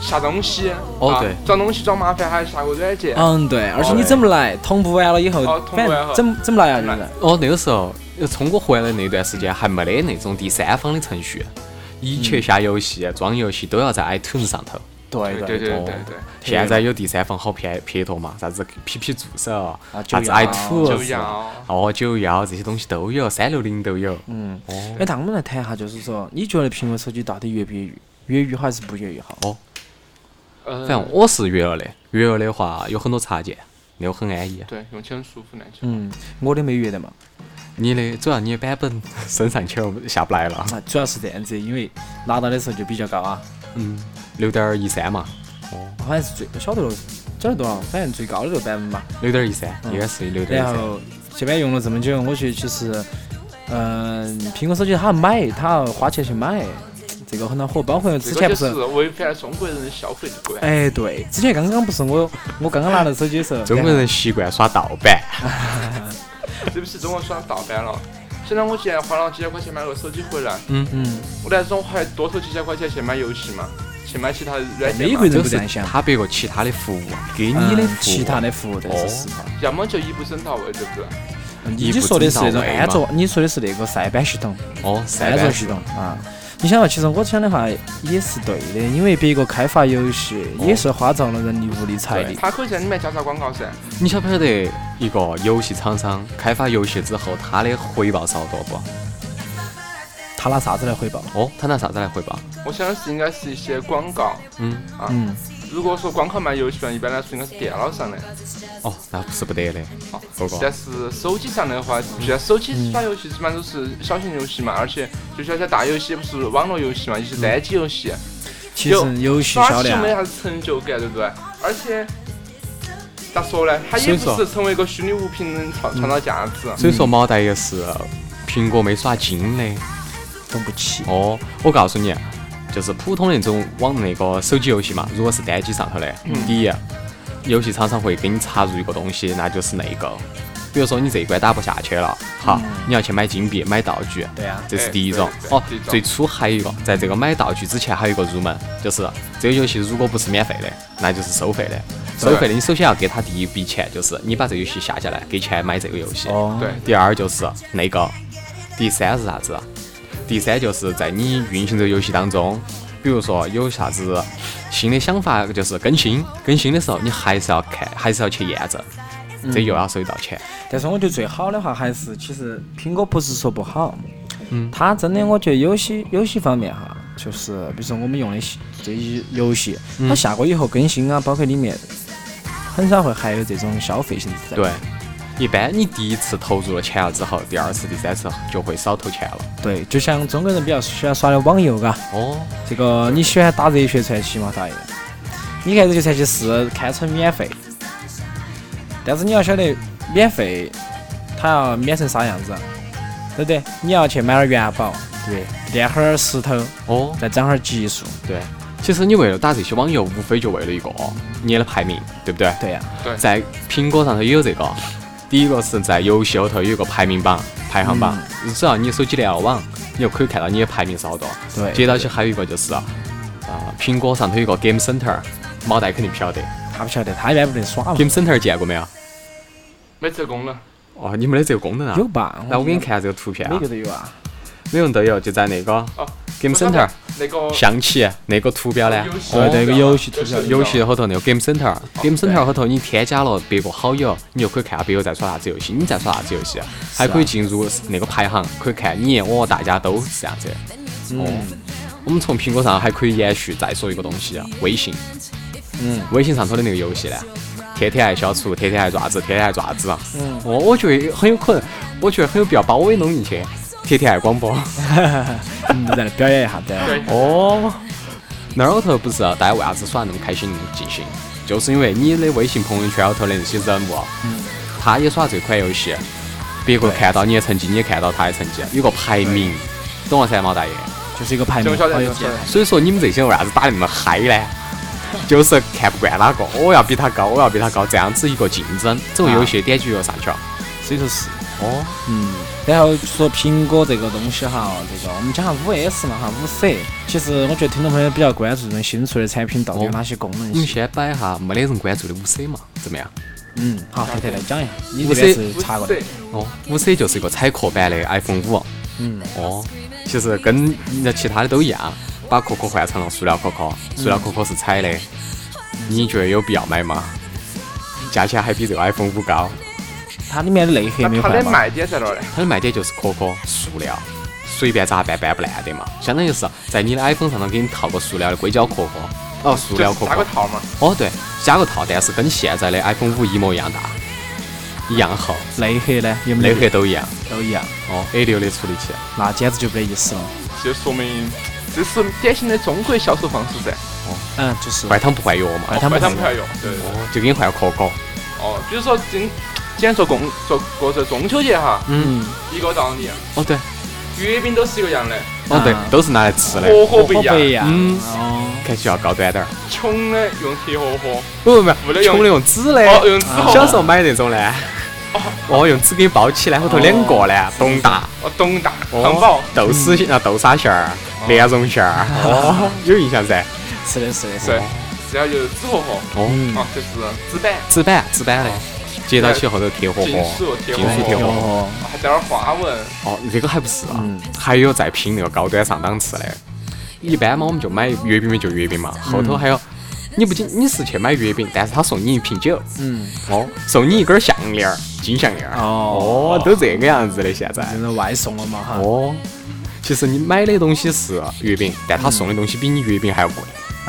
Speaker 5: 下东西，
Speaker 1: 哦
Speaker 5: 啊
Speaker 1: 对
Speaker 5: 装东西装麻烦，还下个软件，
Speaker 2: 嗯，对，而且你
Speaker 5: 对
Speaker 2: 怎么来，同步完了以后
Speaker 5: 哦，同步完
Speaker 2: 反正
Speaker 5: 后
Speaker 2: 怎么怎么来啊，就是
Speaker 1: 哦，那个时候呃聪哥回来那段时间还没得那种第三方的程序，一切下游戏、啊装游戏都要在 iTunes 上头。
Speaker 2: 对
Speaker 5: 对对对
Speaker 1: 哦
Speaker 5: 对对，
Speaker 1: 现在有第三方好撇撇脱嘛，啥子 PP 助手，啥子
Speaker 2: 啊九
Speaker 1: i
Speaker 2: 幺
Speaker 1: t u n
Speaker 5: 九
Speaker 1: e
Speaker 5: 幺
Speaker 1: 哦九幺这些东西都有，三六零都有。嗯，哦
Speaker 2: 哎，那我们来谈一下，就是说，你觉得苹果手机到底越不越狱？越狱好还是不越狱好？
Speaker 1: 哦，
Speaker 5: 嗯，
Speaker 1: 反正我是越了的，越了的话有很多插件，那我很安逸。
Speaker 5: 对用起很舒服那就。
Speaker 2: 嗯，我的没越得嘛。
Speaker 1: 你的主要你的版本升上去了下不来了，
Speaker 2: 啊，主要是这样子，因为拿到的时候就比较高啊，
Speaker 1: 嗯，六点一三嘛，
Speaker 2: 好像是最不晓得了，晓得多少，反正最高的就百分嘛。
Speaker 1: 六点一三，
Speaker 2: 嗯
Speaker 1: 应该是六点一
Speaker 2: 然
Speaker 1: 三。
Speaker 2: 后这边用了这么久，我觉得其实，嗯、苹果手机它要买，它要花钱去买，这个很恼火。包括之
Speaker 5: 这
Speaker 2: 前
Speaker 5: 个
Speaker 2: 不
Speaker 5: 就是是，违反了中国人的消费 观。
Speaker 2: 哎，对，之前刚刚不是我我刚刚拿到手机的时候，
Speaker 1: 中国人习惯耍盗版，
Speaker 5: 对不起，中国耍盗版了。现在我既然花了几千块钱买个手机回来，
Speaker 2: 嗯，
Speaker 5: 我难道还多投几千块钱去买游戏嘛？去买其他软件
Speaker 2: 美
Speaker 5: 嘛
Speaker 2: 国？人
Speaker 1: 就
Speaker 2: 不这
Speaker 1: 是
Speaker 2: 样想，
Speaker 1: 他别个其他的服务啊给你
Speaker 2: 嗯
Speaker 1: 的服务，
Speaker 2: 其他的服务，这是
Speaker 1: 哦
Speaker 2: 实话。
Speaker 5: 要么就一步升到位，对不对？
Speaker 2: 你
Speaker 1: 一步
Speaker 2: 说的是那种
Speaker 1: 登到位
Speaker 2: 安卓
Speaker 1: 嘛，
Speaker 2: 你说的是那个塞班系统，
Speaker 1: 哦，
Speaker 2: 安
Speaker 1: 三
Speaker 2: 卓
Speaker 1: 百
Speaker 2: 系统啊。你想嘛，其实我想的话也是对的，因为别个开发游戏也是花遭了人力物力财力。
Speaker 5: 他可以在里面加插广告噻。
Speaker 1: 你晓不晓得一个游戏厂商开发游戏之后，他的回报是好多不？
Speaker 2: 他拿啥子来回报？
Speaker 1: 哦，他拿啥子来回报？
Speaker 5: 我想的是应该是一些广告。
Speaker 1: 嗯，
Speaker 2: 嗯，
Speaker 5: 如果说光靠卖游戏嘛，一般来说应该是电脑上的。
Speaker 1: 哦，那不是不得的。
Speaker 5: 啊
Speaker 1: 糟糕
Speaker 5: 但是手机上的话，现在手机耍游戏基本上都是小型游戏嘛，而且就像些大游戏，不是网络游戏嘛，一些单机游戏，
Speaker 2: 其实嗯游戏
Speaker 5: 耍
Speaker 2: 销
Speaker 5: 起
Speaker 2: 量
Speaker 5: 没啥子成就感，对不对？而且咋说呢，它也不
Speaker 1: 所以
Speaker 5: 是成为一个虚拟物品能创创造价值。
Speaker 1: 所以说毛蛋也是呃苹果没耍精的。
Speaker 2: 动不起。
Speaker 1: 哦，我告诉你，就是普通那种网那个手机游戏嘛，如果是单机上头的，
Speaker 5: 嗯
Speaker 1: 第一，游戏厂商会给你插入一个东西，那就是那个。比如说你这一关打不下去
Speaker 5: 嗯
Speaker 1: 了，好，你要去买金币、买道具，
Speaker 2: 对啊
Speaker 1: 这是第一种
Speaker 5: 哎对。对
Speaker 1: 哦
Speaker 5: 第一，种
Speaker 1: 最初还有一个，在这个买道具之前还有一个入门，就是这个游戏如果不是免费的，那就是收费的。收费的，你首先要给他第一笔钱，就是你把这个游戏下下来，给钱买这个游戏。
Speaker 2: 哦，
Speaker 5: 对，
Speaker 1: 第二就是那个，第三是啥子？第三就是在你运行这个游戏当中，比如说有啥子新的想法，就是更新，更新的时候你还是要看，还是要去验证，这又要收一道钱。
Speaker 2: 但是我觉得最好的话还是，其实苹果不是说不好，嗯，它真的我觉得有些有些方面哈，就是比如说我们用的系这些游戏，它下过以后更新啊，包括里面很少会含有这种消费性质在。
Speaker 1: 对，一般你第一次投入了钱了之后，第二次、第三次就会少投钱了。
Speaker 2: 对，就像中国人比较喜欢耍的网游，啊嘎，
Speaker 1: 哦，
Speaker 2: 这个你喜欢打热血传奇吗，大爷？你看热血传奇是堪称免费，但是你要晓得免费，它要免成啥样子，啊对不对？你要去买点元宝，
Speaker 1: 对，
Speaker 2: 练会儿石头，
Speaker 1: 哦，
Speaker 2: 再长会儿级数。
Speaker 1: 对。其实你为了打这些网游，无非就为了一个你的排名，对不对？
Speaker 2: 对啊呀、
Speaker 1: 在苹果上头也有这个。第一个是在游戏后头有一个排名榜、排行榜，只要你手机联了网，你就可以看到你的排名是好多。
Speaker 2: 对
Speaker 1: 接到起还有一个就是啊，呃苹果上头有一个 Game Center，毛蛋肯定不晓得。
Speaker 2: 他不晓得，他一般不得耍嘛。
Speaker 1: Game Center 见过没有？
Speaker 5: 没这个功能，
Speaker 1: 哦，你没得这个功能啊？
Speaker 2: 有吧？
Speaker 1: 来，我给你
Speaker 2: 觉
Speaker 1: 看下这个图片
Speaker 2: 得每
Speaker 1: 啊
Speaker 2: 个，都有啊。
Speaker 1: 每个人都有，就在那个
Speaker 5: 哦
Speaker 1: Game
Speaker 5: 我晓得
Speaker 1: Center
Speaker 5: 那个
Speaker 1: 象棋那个图标呢，
Speaker 5: 游戏
Speaker 2: 对对一个游戏
Speaker 5: 就是
Speaker 1: 游戏后头那个 Game Center，Game
Speaker 5: 对
Speaker 1: Center 后头你添加了别个好友，你就可以看下别个在耍啥子游戏，你在耍啥子游戏，啊
Speaker 2: 啊
Speaker 1: 还可以进入那个排行，可以看你我大家都是这样子。
Speaker 2: 嗯
Speaker 1: 哦，我们从苹果上还可以延续再说一个东西，啊微信。
Speaker 2: 嗯，
Speaker 1: 微信上头的那个游戏呢，天天爱消除，天天爱爪子，天天爱爪子。嗯，我我觉得很有可能，我觉得很有必要把我也弄进去，天天爱广播。
Speaker 2: 嗯，在那表演一下，对。
Speaker 5: 对
Speaker 1: 哦，那儿后头不是啊大家为啥子耍那么开心尽兴？就是因为你的微信朋友圈后头的那些人物，哦他也耍这款游戏，别个看到你的成绩，你也看到他的成绩，有个排名，懂了噻，毛大爷？
Speaker 2: 就是一个排
Speaker 5: 这
Speaker 2: 名，
Speaker 5: 个晓得
Speaker 2: 好
Speaker 5: 这
Speaker 2: 有
Speaker 5: 个
Speaker 2: 劲
Speaker 5: 晓。得
Speaker 1: 所以说你们这些人为啥子打得那么嗨呢？ 就是看不惯哪哦个，我要比他高，我要比他高，这样子一个竞争，这个游戏点击率又上去了。
Speaker 2: 所以说是，
Speaker 1: 哦，
Speaker 2: 嗯，然后说苹果这个东西哈，这个我们讲下五 S 嘛哈，五 C，其实我觉得听众朋友比较关注这种新出的产品到底有哪些功能
Speaker 1: 我们
Speaker 2: 性。
Speaker 1: 先摆一下没得人关注的五 C 嘛，怎么样？
Speaker 2: 嗯，好，黑特来讲一下，你
Speaker 1: 五
Speaker 2: 这边
Speaker 1: C
Speaker 2: 是查过的
Speaker 5: 对，，
Speaker 1: 哦，五 C 就是一个彩壳版的 iPhone 五。
Speaker 2: 嗯，
Speaker 1: 哦，其实跟那其他的都一样，把壳壳换成了塑料壳壳，
Speaker 5: 嗯
Speaker 1: 塑料壳壳是彩的，你觉得有必要买吗？价钱还比这个 iPhone 五高，
Speaker 2: 它里面的内核没
Speaker 5: 那
Speaker 2: 有
Speaker 5: 它的
Speaker 2: 换吗？
Speaker 5: 卖点在哪儿呢？
Speaker 1: 它的卖点就是壳壳塑料，随便咋办办不烂的嘛，相当于是在你的 iPhone 上头给你套个塑料的硅胶壳壳，哦，塑
Speaker 5: 就
Speaker 1: 料
Speaker 5: 是
Speaker 1: 壳
Speaker 5: 加个
Speaker 1: 壳，
Speaker 5: 套嘛，
Speaker 1: 哦对，加个套，但是跟现在的 iPhone 五一模一样大，一样厚，
Speaker 2: 内核呢？有没
Speaker 1: 内
Speaker 2: 有
Speaker 1: 核都一样，
Speaker 2: 都一样？
Speaker 1: 哦，A 6的处理器，
Speaker 2: 那简直就没得意思了。
Speaker 5: 就说明这是典型的中国销售方式噻。
Speaker 2: 嗯，就是
Speaker 1: 换汤不换药嘛，
Speaker 2: 换汤不
Speaker 5: 不
Speaker 2: 换
Speaker 5: 要
Speaker 2: 药。
Speaker 5: 用，对对对。
Speaker 1: 哦，就给你换个壳壳，
Speaker 5: 哦，比如说今今天说共说过是中秋节哈，
Speaker 2: 嗯，
Speaker 5: 一个道理，
Speaker 1: 哦对。
Speaker 5: 月饼都是一个样的，
Speaker 1: 哦，对
Speaker 2: 啊，
Speaker 1: 都是拿来吃的，
Speaker 5: 火锅不
Speaker 2: 不
Speaker 5: 一样，
Speaker 2: 一样。
Speaker 1: 嗯
Speaker 2: 啊哦，
Speaker 1: 看起要高端点儿。
Speaker 5: 穷的用铁火锅，
Speaker 1: 不不
Speaker 5: 不
Speaker 1: 不，
Speaker 5: 得用
Speaker 1: 穷的用纸的，
Speaker 5: 哦用纸火锅，
Speaker 1: 小时候买那种呢，哦，用纸给你包起来，后头两个呢，东大，
Speaker 5: 哦嗯东大
Speaker 1: 哦
Speaker 5: 汉堡，
Speaker 1: 豆丝馅啊，豆沙馅儿，莲蓉馅儿，哦，有印象噻。
Speaker 2: 是的，是的，是
Speaker 5: 对
Speaker 2: 的。，
Speaker 5: 然后就是纸火锅，
Speaker 1: 哦，
Speaker 2: 嗯，
Speaker 5: 啊，就是纸板、
Speaker 1: 纸板纸板的，接到起后头贴火
Speaker 5: 哦金
Speaker 1: 锅，
Speaker 5: 属铁火
Speaker 1: 金属铁
Speaker 5: 锅
Speaker 1: 火，
Speaker 2: 有哦，
Speaker 5: 还带点花纹，
Speaker 1: 哦，这个还不是啊
Speaker 2: 嗯，
Speaker 1: 还有在拼那个高端上档次的。一般嘛，我们就买月饼嘛，就月饼
Speaker 2: 嗯
Speaker 1: 嘛，后头还有。你不仅你是去买月饼，但是他送你一瓶酒，
Speaker 2: 嗯，
Speaker 1: 哦，送你一根项链儿，金项链儿。
Speaker 2: 哦
Speaker 1: 哦，都这个样子的现在。
Speaker 2: 真的外送了嘛哈。
Speaker 1: 哦，其实你买的东西是月饼，但他送的东西比你月饼还要贵。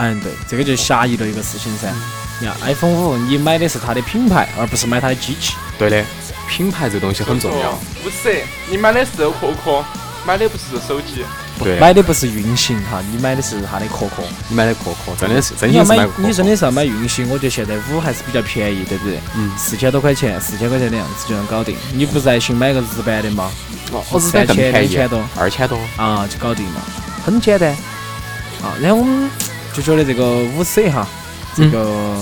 Speaker 2: 嗯，对，这个就是狭义的一个事情噻。
Speaker 1: 嗯
Speaker 2: 你看 iPhone 五，你买的是它的品牌，而不是买它的机器。
Speaker 1: 对的，品牌这东西很重要。。
Speaker 5: 哦不是，你买的是壳壳，买的不是手机。
Speaker 1: 对，
Speaker 2: 买的不是运行哈，你买的是它的壳壳。
Speaker 1: 你买的壳壳真的是真
Speaker 2: 你
Speaker 1: 心
Speaker 2: 要
Speaker 1: 是买
Speaker 2: 买
Speaker 1: 个，壳
Speaker 2: 你真
Speaker 1: 壳。
Speaker 2: 的是要买运行，我觉得现在五还是比较便宜，对不对？
Speaker 1: 嗯
Speaker 2: 四千多块钱，四千块钱的样子就能搞定。你不在行买个日版的吗？
Speaker 1: 哦，日本更
Speaker 2: 三千
Speaker 1: 便
Speaker 2: 两千
Speaker 1: 宜
Speaker 2: 多，
Speaker 1: 二千多。
Speaker 2: 啊，就搞定了，很简单。啊，然后我们就觉得这个五 C 哈，这
Speaker 1: 嗯
Speaker 2: 个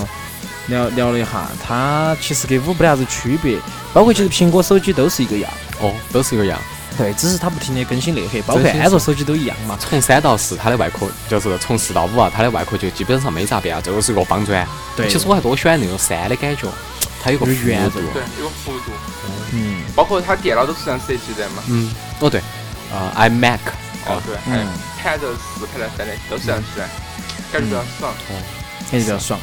Speaker 2: 聊、聊了一下，它其实跟五没得啥子区别，包括其实苹果手机都是一个样，
Speaker 1: 哦，都是一个样。
Speaker 2: 对，只是它不停的更新内核，包
Speaker 1: 真
Speaker 2: 括
Speaker 1: 心是
Speaker 2: 安卓手机都一样嘛。
Speaker 1: 从三到四，它的外壳就是从四到五啊，它的外壳就基本上没咋变啊，就是一个方砖。
Speaker 2: 对
Speaker 1: 其实我还多喜欢那种山的感觉，它有个
Speaker 2: 有圆
Speaker 1: 弧度。啊
Speaker 5: 对，有个幅度，
Speaker 2: 嗯
Speaker 5: 包括它电脑都是这样设计的嘛。
Speaker 1: 嗯，哦对，呃，iMac，
Speaker 5: 哦，对，还有
Speaker 2: 嗯
Speaker 5: 盘着四、盘着三的都是这样子的，感觉比较爽。
Speaker 2: 感觉比较爽。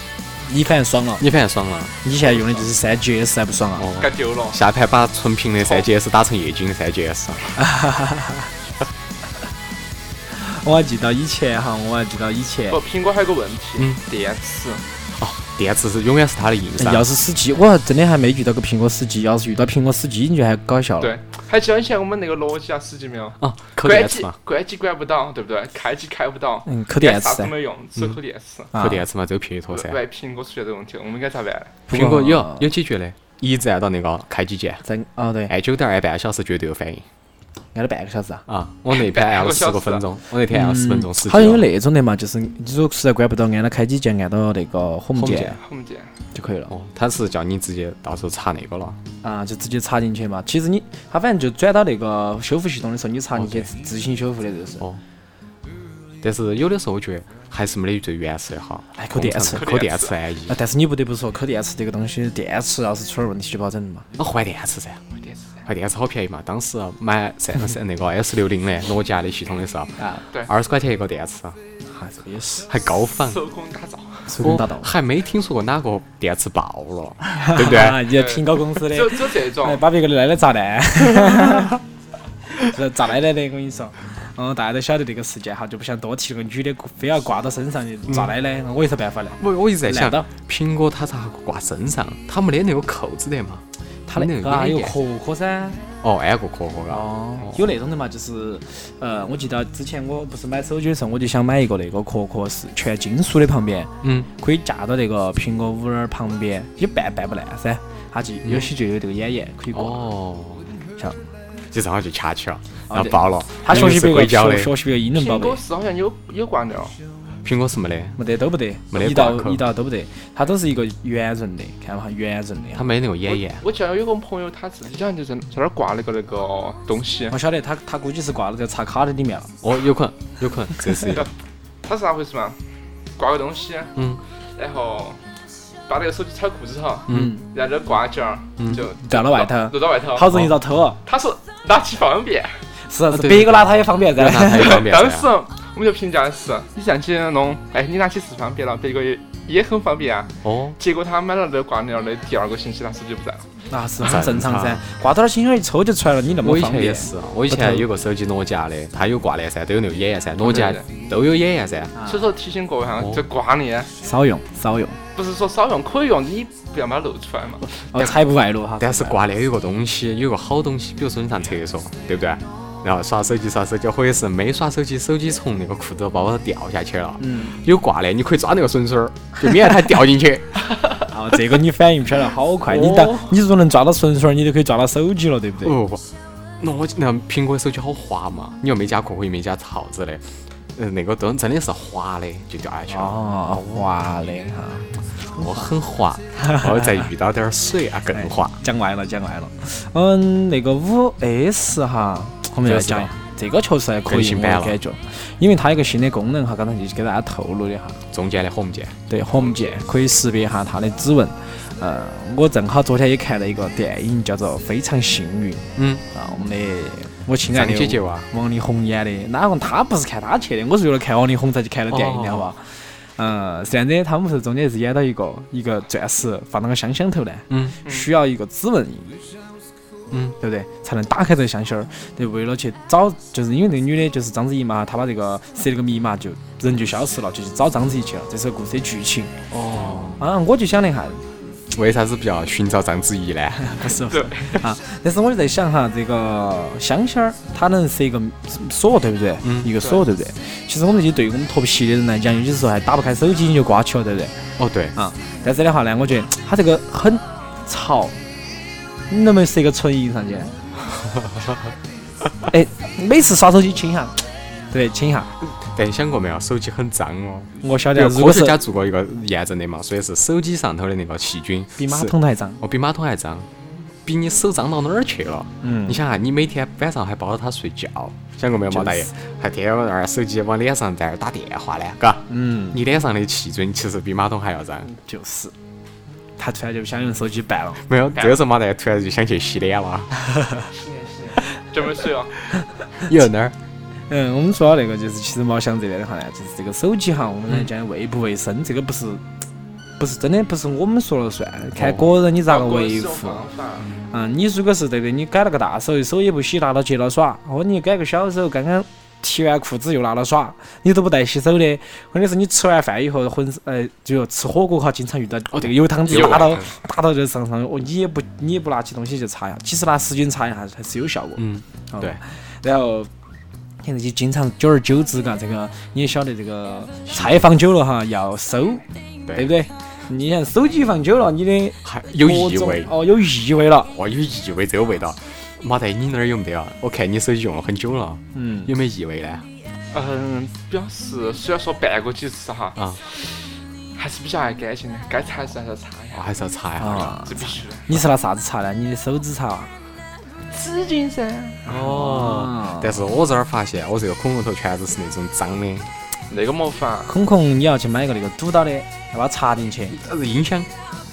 Speaker 2: 你反正爽了，
Speaker 1: 你反正爽了。啊
Speaker 2: 你现在用的就是三 GS 还不爽啊？
Speaker 1: 哦，
Speaker 5: 该丢了，
Speaker 1: 下盘把纯平的三 GS 打成液晶的三啊 GS。
Speaker 2: 我还记到以前哈，我还记到以前
Speaker 1: 哦
Speaker 5: 不，，苹果还有个问题
Speaker 1: 嗯，
Speaker 5: 电池。
Speaker 1: 哦，电池是永远是它的硬伤。
Speaker 2: 要是死机，我还真的还没遇到过苹果死机，要是遇到苹果死机，你就还搞笑了。
Speaker 5: 对，还记得以前我们那个诺基亚十几秒，
Speaker 1: 啊，抠
Speaker 5: 关
Speaker 1: 电池
Speaker 5: 机
Speaker 1: 嘛，
Speaker 5: 关机管不到，对不对？开机开不到，
Speaker 2: 嗯抠电池
Speaker 5: 啥子都没用，只有抠电池。
Speaker 2: 啊，
Speaker 1: 抠电池嘛，这个撇脱噻。
Speaker 5: 万一苹果出现这个问题，我们该咋办？
Speaker 2: 不
Speaker 1: 苹果
Speaker 2: 过
Speaker 1: 有有解决的，一直按 E 啊到那个开机键，
Speaker 2: 在哦对，
Speaker 1: 按九点按半个小时绝对有反应
Speaker 2: 按了半个小时啊。嗯
Speaker 1: 啊！我那盘按了十个分钟，我那天按了十分钟，啊十
Speaker 2: 好像有那种的嘛，就是你如果实在关不到，按到开机键，按到那个 home
Speaker 1: Home
Speaker 2: 键
Speaker 1: 键
Speaker 5: 我们见。
Speaker 2: 就可以了。
Speaker 1: 哦，他是叫你直接到时候插那个了。
Speaker 2: 啊，就直接插进去嘛。其实你它反正就转到那个修复系统的时候，你插进去自自行修复的就是。
Speaker 1: 哦，但是有的时候我觉得还是没得最原始的好。
Speaker 2: 哎抠电池
Speaker 1: 抠电池安哎逸，
Speaker 2: 啊，但是你不得不说，抠电池这个东西，电池要是出了问题就不好整了嘛。
Speaker 1: 那换电池噻。
Speaker 5: 电池
Speaker 1: 换电池好便宜嘛！当时买三三 那个 S 六零的诺基亚的系统的时候，
Speaker 2: 啊，
Speaker 1: 二十块钱一个电池，啊
Speaker 2: 还啊这个也是
Speaker 1: 还高仿。
Speaker 5: 手工打造，
Speaker 2: 手工
Speaker 1: 我
Speaker 2: 达到。
Speaker 1: 还没听说过哪个电池爆了，对不对？
Speaker 2: 啊，你看苹果公司的
Speaker 5: 只，有只有这
Speaker 2: 哎，
Speaker 5: 种。
Speaker 2: 把别个的奶奶砸 烂，这砸烂奶奶，我跟你说，嗯，大家都晓得这个事件哈，就不想多提。那个女的非要挂到身上去砸奶奶，
Speaker 1: 嗯
Speaker 2: 我有啥办法呢？
Speaker 1: 我我一直在想
Speaker 2: 懒得，
Speaker 1: 苹果它咋个挂身上？它没得那个扣子的嘛？
Speaker 2: 它
Speaker 1: 没
Speaker 2: 那
Speaker 1: 得
Speaker 2: 个啊
Speaker 1: 那
Speaker 2: 有
Speaker 1: 个
Speaker 2: 壳壳噻，
Speaker 1: 哦，安个壳壳啊。
Speaker 2: 哦，有那种的嘛，就是，呃，我记得之前我不是买手机的时候，我就想买一个那个壳壳是全金属的，旁边
Speaker 1: 嗯，
Speaker 2: 可以架到那个苹果五儿旁边，也办办不烂噻，它就有些就有这个眼炎可以挂，
Speaker 1: 嗯哦，
Speaker 2: 像
Speaker 1: 就正好就掐起了，
Speaker 2: 哦
Speaker 1: 然后爆了。
Speaker 2: 它
Speaker 1: 因
Speaker 2: 学
Speaker 1: 为
Speaker 2: 习
Speaker 1: 是
Speaker 2: 别
Speaker 1: 硅
Speaker 2: 个
Speaker 1: 胶
Speaker 2: 学
Speaker 1: 的，
Speaker 2: 学习别个英伦宝
Speaker 5: 苹
Speaker 2: 贝
Speaker 5: 果。是好像有有挂的哦，
Speaker 1: 苹果是没得，
Speaker 2: 没得都不得，
Speaker 1: 没得
Speaker 2: 一道
Speaker 1: 挂扣
Speaker 2: 一道都不得，它都是一个圆润的，看嘛圆润的。
Speaker 1: 它没那个眼炎。
Speaker 5: 我记得有个朋友，他自己好像就在在那儿挂了个那个东西
Speaker 2: 我，晓得他他估计是挂了个插卡的里面了，
Speaker 1: 哦，有可能，有可能，这是一个。
Speaker 5: 他是咋回事嘛？挂个东西，
Speaker 1: 嗯，
Speaker 5: 然后把这个手机揣裤子头，
Speaker 1: 嗯，
Speaker 5: 然后这儿挂件儿，就
Speaker 2: 掉到 外头
Speaker 5: 落到外头。
Speaker 2: 好容易遭偷了。
Speaker 5: 他说拿起方便，
Speaker 2: 是是，
Speaker 1: 啊对
Speaker 2: 别个拿它也方便噻
Speaker 1: 那。 它也方 便
Speaker 5: 当
Speaker 1: 噻
Speaker 5: 时我们就评价的是，你上去弄，哎，你拿起是方便了，别个也也很方便啊。
Speaker 1: 哦，
Speaker 5: 结果他买了那个挂链儿的第二个星期，他手机不在了。
Speaker 2: 那啊是很正常
Speaker 1: 正
Speaker 2: 噻
Speaker 1: 常，
Speaker 2: 挂到那儿轻轻一抽就出来了，你那
Speaker 1: 我
Speaker 2: 么
Speaker 1: 以
Speaker 2: 方
Speaker 1: 前也
Speaker 2: 便。
Speaker 1: 是，啊我以前有个手机诺基亚的，它有挂链噻，都有那个眼炎噻，诺基亚
Speaker 5: 对
Speaker 1: 都有眼炎�噻。
Speaker 5: 所以说提醒各位哈啊
Speaker 1: 哦，
Speaker 5: 这挂链
Speaker 2: 少用少用，
Speaker 5: 不是说少用可以用，你不要把它露 出来嘛。
Speaker 2: 哦，财不外露哈。
Speaker 1: 但是
Speaker 2: 财不
Speaker 1: 挂
Speaker 2: 外
Speaker 1: 链有个东西，有个好东西，比如说你上厕所，对不对？然后耍手机耍手机，或者是没耍手机，手机从那个裤子包掉下去了。
Speaker 2: 嗯
Speaker 1: 有挂链，你可以抓那个绳绳儿，就免得它掉进去。
Speaker 2: 露哦，这个你反应不晓得，好快！你当
Speaker 5: 哦
Speaker 2: 你如果能抓到绳绳儿，你就可以抓到手机了，对不对？
Speaker 1: 哦，那我那苹果手机好滑嘛，你又没加壳壳，又没加套子的，嗯，那个灯真的是滑的，就掉下去了。
Speaker 2: 哦，滑的哈。
Speaker 1: 我很 滑，然后再遇到点儿水啊更滑。
Speaker 2: 讲歪了，讲歪了。嗯，那个五 S 哈，我们要
Speaker 1: 这个
Speaker 2: 讲
Speaker 1: 是吧
Speaker 2: 这个确实还可
Speaker 1: 更
Speaker 2: 以，
Speaker 1: 新
Speaker 2: 我
Speaker 1: 版了
Speaker 2: 感觉，因为它有个新的功能哈，刚才就给大家透露的哈，
Speaker 1: 中间的红键，
Speaker 2: 对红键可以识别哈它的指纹。嗯，我正好昨天也看了一个电影，叫做《非常幸运》
Speaker 1: 嗯，
Speaker 2: 啊，我们的我亲爱
Speaker 1: 张
Speaker 2: 的
Speaker 1: 姐姐哇，
Speaker 2: 王力宏演的，哪个他不是看他去的，我是为了看王力宏才去看的电影的，
Speaker 1: 哦
Speaker 2: 好不好？嗯，是这样的，他们是中间是演到一个一个钻石放到个箱箱头呢，
Speaker 1: 嗯
Speaker 2: 需要一个指纹印，
Speaker 1: 嗯，
Speaker 2: 对不对？才能打开这个箱箱儿。对，为了去找，就是因为那个女的就是章子怡嘛，她把这个设了个密码，就人就消失了，就去找章子怡去了。这是故事的剧情
Speaker 1: 哦，
Speaker 2: 啊，我就想了一下，
Speaker 1: 为啥子不叫寻找章子怡呢？
Speaker 2: 不是不是啊，但是我就在想哈，这个香香儿它能是一个锁，对不对？
Speaker 1: 嗯
Speaker 2: 一个锁，对不对？其实我们这些对于我们脱皮的人来讲，有些时候还打不开手机你就挂起了，对不对？
Speaker 1: 哦，对，
Speaker 2: 啊，但是的话呢，我觉得它这个很潮，你能不能设一个唇印 上去？哎，每次刷手机亲一下，对，亲一下。
Speaker 1: 但你想过没有，手机很脏哦。
Speaker 2: 我晓得，
Speaker 1: 有
Speaker 2: 如
Speaker 1: 科
Speaker 2: 果
Speaker 1: 学
Speaker 2: 是
Speaker 1: 家做过一个验证的嘛，所以是手机上头的那个细菌
Speaker 2: 比马
Speaker 1: 是，
Speaker 2: 桶都还脏，
Speaker 1: 哦，比马桶还脏，比你手脏到哪儿去了？
Speaker 2: 嗯
Speaker 1: 你想啊，你每天晚上还抱着它睡觉，想过没有，
Speaker 2: 就是
Speaker 1: 毛大爷？还天天往那儿手机往脸上在那儿打电话呢，嘎，
Speaker 2: 嗯，
Speaker 1: 你脸上的细菌其实比马桶还要脏。
Speaker 2: 就是。他突然就不想用手机办了，
Speaker 1: 没有，这个时候毛大爷突然就想去洗脸 了，
Speaker 5: 这么水哦，
Speaker 1: 有那儿，
Speaker 2: 嗯，我们说到那个，就是其实毛翔这边的话呢，就是这个手机哈，我们来讲卫不卫生，这个不是，不是真的不是我们说了算，看个人你咋个维护。
Speaker 5: 方法。
Speaker 2: 嗯，你如果是对不对？你改了个大手，手也不洗，拿到接到耍；或者你改个小手，刚刚提完裤子又拿到耍，你都不带洗手的。或者是你吃完饭以后，浑身呃，就吃火锅哈，经常遇到这个哦油汤汁
Speaker 1: 有
Speaker 2: 打到
Speaker 1: 嗯
Speaker 2: 打到这上上，哦，你也不你也不拿起东西去擦呀。其实拿湿巾擦一下还是有效果。
Speaker 1: 嗯，
Speaker 2: 嗯
Speaker 1: 对。
Speaker 2: 然后。现在就经常久而久之，嘎，这个你也晓得，这个菜放久了哈要收，嗯对不
Speaker 1: 对，
Speaker 2: 对？你像手机放久了，你的
Speaker 1: 还有
Speaker 2: 各
Speaker 1: 异
Speaker 2: 种
Speaker 1: 味，
Speaker 2: 哦，有异味了，
Speaker 1: 哇，有异味这个味道。毛大爷，你那儿有没得啊？我看你手机用了很久了，
Speaker 2: 嗯，
Speaker 1: 有没有异味呢？
Speaker 5: 嗯，表示虽然说办过几次哈，
Speaker 1: 啊，
Speaker 5: 还是比较爱干净的，该擦还是还是要擦一
Speaker 1: 我
Speaker 5: 下，
Speaker 1: 哦还是要擦一下的。
Speaker 2: 啊，
Speaker 5: 这必须的。
Speaker 2: 你是拿啥子擦呢？你的手指擦啊？
Speaker 5: 纸巾噻，
Speaker 1: 哦，但是我这儿发现，我这个恐龙头全都是那种脏的，
Speaker 5: 那个没法。
Speaker 2: 孔孔，你要去买一个那个堵到的，要把它插进去。
Speaker 1: 但是音响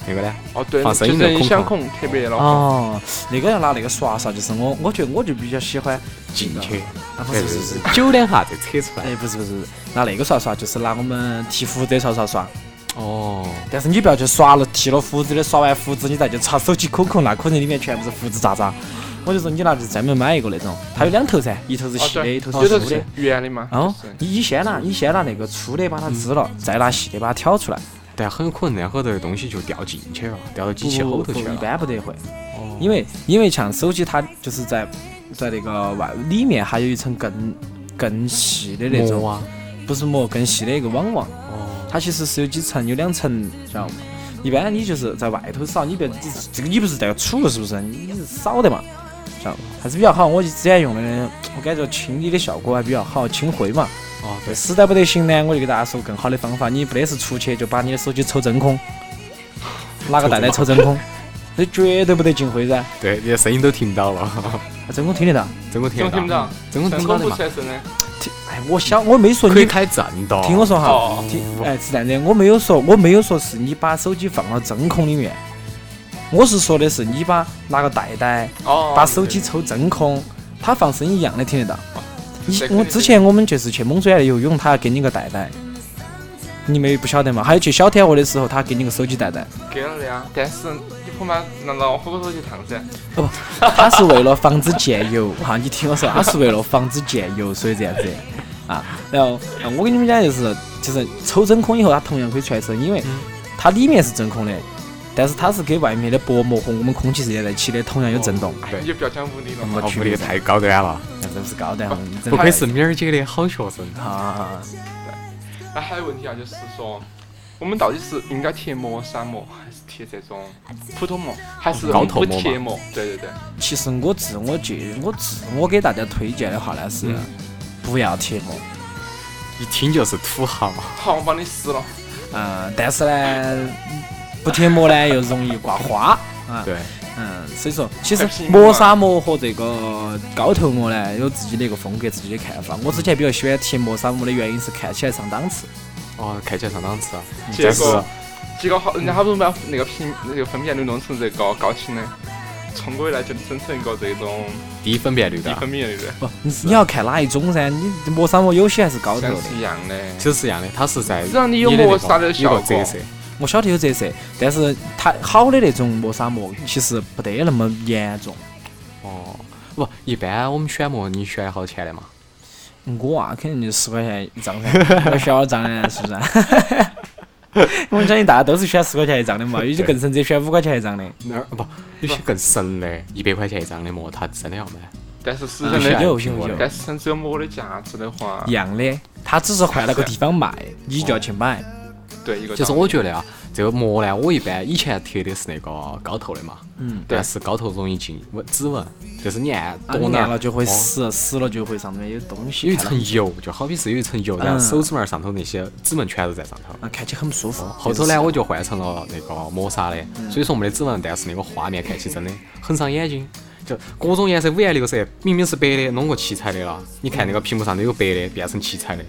Speaker 1: 那个呢？
Speaker 5: 哦，对，
Speaker 1: 放
Speaker 5: 就
Speaker 1: 声
Speaker 5: 是
Speaker 1: 音的
Speaker 5: 音响
Speaker 1: 孔
Speaker 5: 孔特别牢。
Speaker 2: 哦，那个要拿那个刷刷，就是我，我觉得我就比较喜欢
Speaker 1: 进去，
Speaker 2: 啊，不
Speaker 1: 对
Speaker 2: 是
Speaker 1: 对
Speaker 2: 不是不是，
Speaker 1: 对，揪两下再扯出来。
Speaker 2: 哎，不是不是，拿那个刷刷，就是拿我们提胡子的刷刷刷。
Speaker 1: 哦，
Speaker 2: 但是你不要去刷了，剃了胡子的，刷完胡子你再去擦手机孔孔，那可能里面全部是胡子渣渣。我就说你拿去专门买一个那种，它有两头噻，一头是
Speaker 5: 哦，
Speaker 2: 细的，
Speaker 5: 对，
Speaker 2: 一
Speaker 5: 有
Speaker 2: 哎头是
Speaker 5: 的
Speaker 2: 粗的
Speaker 5: 是。圆的嘛。
Speaker 2: 哦
Speaker 5: 就是，
Speaker 2: 你你先拿，你先拿那个粗的把
Speaker 5: 嗯
Speaker 2: 它支了，再拿细的把它挑出来。
Speaker 1: 但很有可能那后头的东西就掉进去了，掉到机器后头去
Speaker 2: 一
Speaker 1: 了。
Speaker 2: 般不得会，
Speaker 1: 哦
Speaker 2: 因为因为像手机它就是在在那个外里面还有一层更更细的那种，
Speaker 1: 膜啊，
Speaker 2: 不是膜，更细的一个网网，
Speaker 1: 哦，
Speaker 2: 它其实是有几层，有两层，晓得吗？一般你就是在外头扫，你别这个你不是带个杵是不是？你是扫的嘛，晓得吗？还是比较好。我之前用的，我感觉清理的效果还比较好，清灰嘛。
Speaker 1: 哦，对，
Speaker 2: 实在不得行呢，我就给大家说更好的方法，你不得是出去就把你的手机抽真空，拿个袋袋抽真 空，这绝对不得进会噻，啊
Speaker 1: 对，你的声音都听不到了，
Speaker 2: 真空听得到。
Speaker 1: 真空听
Speaker 5: 怎么
Speaker 1: 不
Speaker 5: 听不
Speaker 1: 到
Speaker 5: 到，？
Speaker 1: 真空听
Speaker 5: 真
Speaker 1: 不到的
Speaker 5: 空不
Speaker 1: 嘛
Speaker 5: 出，来声呢？
Speaker 2: 听哎，我想我没说
Speaker 1: 可以
Speaker 2: 你
Speaker 1: 开震动。
Speaker 2: 听我说哈
Speaker 5: 哦，
Speaker 2: 听，哎，是这样的，我没有说，我没有说是你把手机放到真空里面，我是说的是你把拿个袋袋，
Speaker 5: 哦，
Speaker 2: 把手机抽真空，它放声音一样的听得到。你
Speaker 5: 这个
Speaker 2: 我
Speaker 5: 可以
Speaker 2: 之前我们就是去猛水来游泳，他还给你个袋袋，你没不晓得嘛？还有去小天鹅的时候，他给你个手机袋袋，
Speaker 5: 给了的呀，但是你恐怕拿到火锅头去烫噻。
Speaker 2: 哦不，他是为了防止溅油哈，你听我说，他是为了防止溅油，所以这样子啊。然后啊我跟你们讲就是，就是抽真空以后，它同样可以传声，因为
Speaker 1: 嗯
Speaker 2: 它里面是真空的，但是它是给外面的薄膜和我们空气是连在一起的，同样有震动。
Speaker 5: 哎，
Speaker 1: 哦对
Speaker 5: 你就不要讲无理了嘛。
Speaker 1: 哦，
Speaker 2: 区
Speaker 1: 不得
Speaker 2: 别
Speaker 1: 太高端了，
Speaker 2: 那真是高端了，你真
Speaker 1: 不
Speaker 2: 的
Speaker 1: 愧是敏儿姐的好学生。
Speaker 2: 啊！
Speaker 5: 那还有问题啊，就是说，我们到底是应该贴磨砂膜，还是贴这种普通膜，还是
Speaker 1: 嗯高
Speaker 5: 我们
Speaker 1: 透
Speaker 5: 不
Speaker 1: 膜嘛
Speaker 5: 贴膜？对对对，
Speaker 2: 其实我自我建议，我自我给大家推荐的话呢
Speaker 1: 嗯
Speaker 2: 是，不要贴膜。
Speaker 1: 一听就是土豪，
Speaker 5: 好，我帮你撕了。
Speaker 2: 嗯，但是呢，不贴膜呢又容易挂花啊。
Speaker 1: 对，
Speaker 2: 嗯，所以说，其实
Speaker 5: 还是因为
Speaker 2: 磨砂膜和这个高透膜呢，有自己的一个风格、自己的看法。我之前比较喜欢贴磨砂膜的原因是看起来上档次，
Speaker 1: 哦，看起来上档次啊。
Speaker 5: 结
Speaker 1: 但是
Speaker 5: 果结果好，人家好不容易把那个平那个分辨率弄成这个高清的，冲过来就生成一个这种
Speaker 1: 低分辨率
Speaker 5: 低
Speaker 1: 的，
Speaker 5: 分辨率的，
Speaker 2: 不，你你要看哪一种噻。你磨砂膜有些还是高透
Speaker 5: 像
Speaker 2: 的，
Speaker 5: 啊是一啊样的。
Speaker 1: 其实是一样的，它是在
Speaker 5: 只要你有
Speaker 1: 的那个
Speaker 5: 摩擦的效
Speaker 1: 有
Speaker 5: 果
Speaker 1: 个折射。
Speaker 2: 我晓得有折射，但是它好的那种磨砂膜其实不得那么严重。
Speaker 1: 哦，不，一般我们选膜，你选好钱的嘛？
Speaker 2: 我啊，肯定就十块钱一张噻，我小张呢，是不是？ 我相信大家都是选十块钱一张的嘛，有些更甚者选五块钱一张的。
Speaker 5: 啊
Speaker 1: 哪儿哦不？有些更神的，一百块钱一张的膜，它真的要买。
Speaker 5: 但是实
Speaker 2: 嗯
Speaker 5: 际
Speaker 1: 选
Speaker 5: 上
Speaker 2: 有
Speaker 5: 的，
Speaker 1: 苹果
Speaker 2: 有
Speaker 1: 的
Speaker 5: 但实际上只有膜的价值的话
Speaker 2: 一，样的，它只是换了个地方卖，你就要去买。
Speaker 5: 对一个
Speaker 1: 其实
Speaker 5: 道理
Speaker 1: 我觉得啊，这个膜呢，我一般以前贴的是那个高透的嘛，
Speaker 2: 嗯，
Speaker 1: 但是高透容易进纹指纹，就是你按
Speaker 2: 啊
Speaker 1: 多
Speaker 2: 你按
Speaker 1: 难
Speaker 2: 了就会
Speaker 1: 哦
Speaker 2: 死，死了就会上面有东西
Speaker 1: 有一
Speaker 2: 看到
Speaker 1: 层油，就好比是有一层油，然后
Speaker 2: 嗯
Speaker 1: 手指拇儿上头那些指纹全都在上头。
Speaker 2: 啊，看起来很不舒服。
Speaker 1: 哦后头
Speaker 2: 就是
Speaker 1: 呢，我就换成了那个磨砂的，
Speaker 2: 嗯
Speaker 1: 所以说没得指纹，但是那个画面看起真的很伤眼睛，就各种颜色五颜六色，哎明明是白的，弄个七彩的了。你看那个屏幕上都有白的，变成七彩的，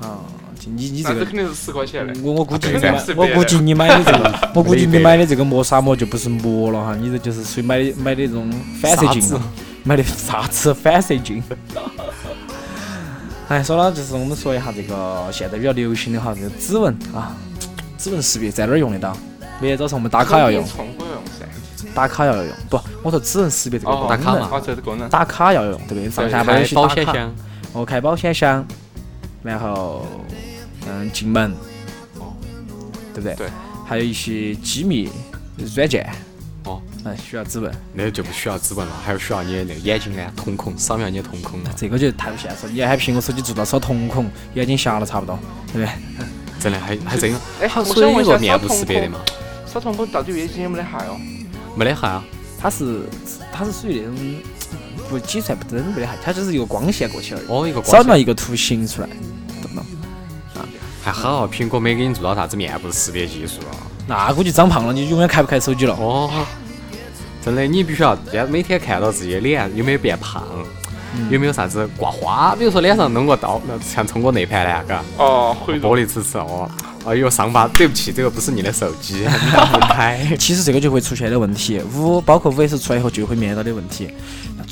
Speaker 2: 啊，就你你
Speaker 5: 那
Speaker 2: 这
Speaker 5: 这
Speaker 2: 个
Speaker 5: 肯。定是十块钱的。
Speaker 2: 我我估计你
Speaker 5: 啊这
Speaker 2: 买
Speaker 5: 个是，
Speaker 2: 我
Speaker 5: 别的
Speaker 2: 估计你买的这 个，我估计
Speaker 1: 没
Speaker 2: 你
Speaker 1: 得
Speaker 2: 买的这个磨砂膜就不是膜了哈，你这就是属于买的买的这种反射
Speaker 1: 沙
Speaker 2: 镜
Speaker 1: 子，
Speaker 2: 买的啥子反射镜。 哎，说了就是我们说一下这个现在比较流行的哈，这个指纹啊，指纹识别在哪儿用得到？每天早上我们打卡要用，
Speaker 5: 冲过用噻。
Speaker 2: 打卡要用。不，我说指纹识别这个功能，
Speaker 1: 打卡嘛
Speaker 5: 哦，这个功能。
Speaker 2: 打卡要用，对不对？上下班
Speaker 1: 开
Speaker 2: 有些
Speaker 1: 保
Speaker 2: 打
Speaker 1: 险
Speaker 2: 卡，
Speaker 1: 箱，
Speaker 2: 哦，开保险箱，然后嗯进门，
Speaker 1: 哦
Speaker 2: 对不对？
Speaker 5: 对。
Speaker 2: 还有一些机密软件，
Speaker 1: 哦，
Speaker 2: 嗯，需要指纹。
Speaker 1: 那就不需要指纹了，还有需要你的那个眼睛呢，瞳孔扫描你的瞳孔了，
Speaker 2: 这个就太不现实，了。你还苹果手机做到扫瞳孔，眼睛瞎了差不多，对不对？
Speaker 1: 真的还还真有。
Speaker 5: 哎，
Speaker 1: 它
Speaker 5: 我
Speaker 1: 所
Speaker 5: 想
Speaker 1: 以有
Speaker 5: 问一
Speaker 1: 个
Speaker 5: 下，
Speaker 1: 面
Speaker 5: 小
Speaker 1: 部
Speaker 5: 瞳
Speaker 1: 识别的
Speaker 5: 孔
Speaker 1: 嘛，，
Speaker 5: 小瞳孔到底眼睛有没得害哦？
Speaker 1: 没得害啊。
Speaker 2: 它是它是属于那种嗯不计算不真不的，它就是一个光线过去而已，
Speaker 1: 哦，一个
Speaker 2: 扫
Speaker 1: 光
Speaker 2: 描
Speaker 1: 线嗯
Speaker 2: 一个图形出来，懂不懂？
Speaker 1: 还好，苹果没给你做到啥子面部识别技术啊。
Speaker 2: 那估计长胖了，你永远开不开手机了。
Speaker 1: 哦，真的，你必须要每天看到自己的脸有没有变胖，
Speaker 2: 嗯
Speaker 1: 有没有啥子挂花，比如说脸上弄个刀，那像通过那盘那嘎，
Speaker 5: 哦，会
Speaker 1: 玻璃齿齿哦，啊有伤疤，对不起，这个不是你的手机，你打不开。
Speaker 2: 其实这个就会出现的问题，五包括五 S 出来以后就会面临到的问题。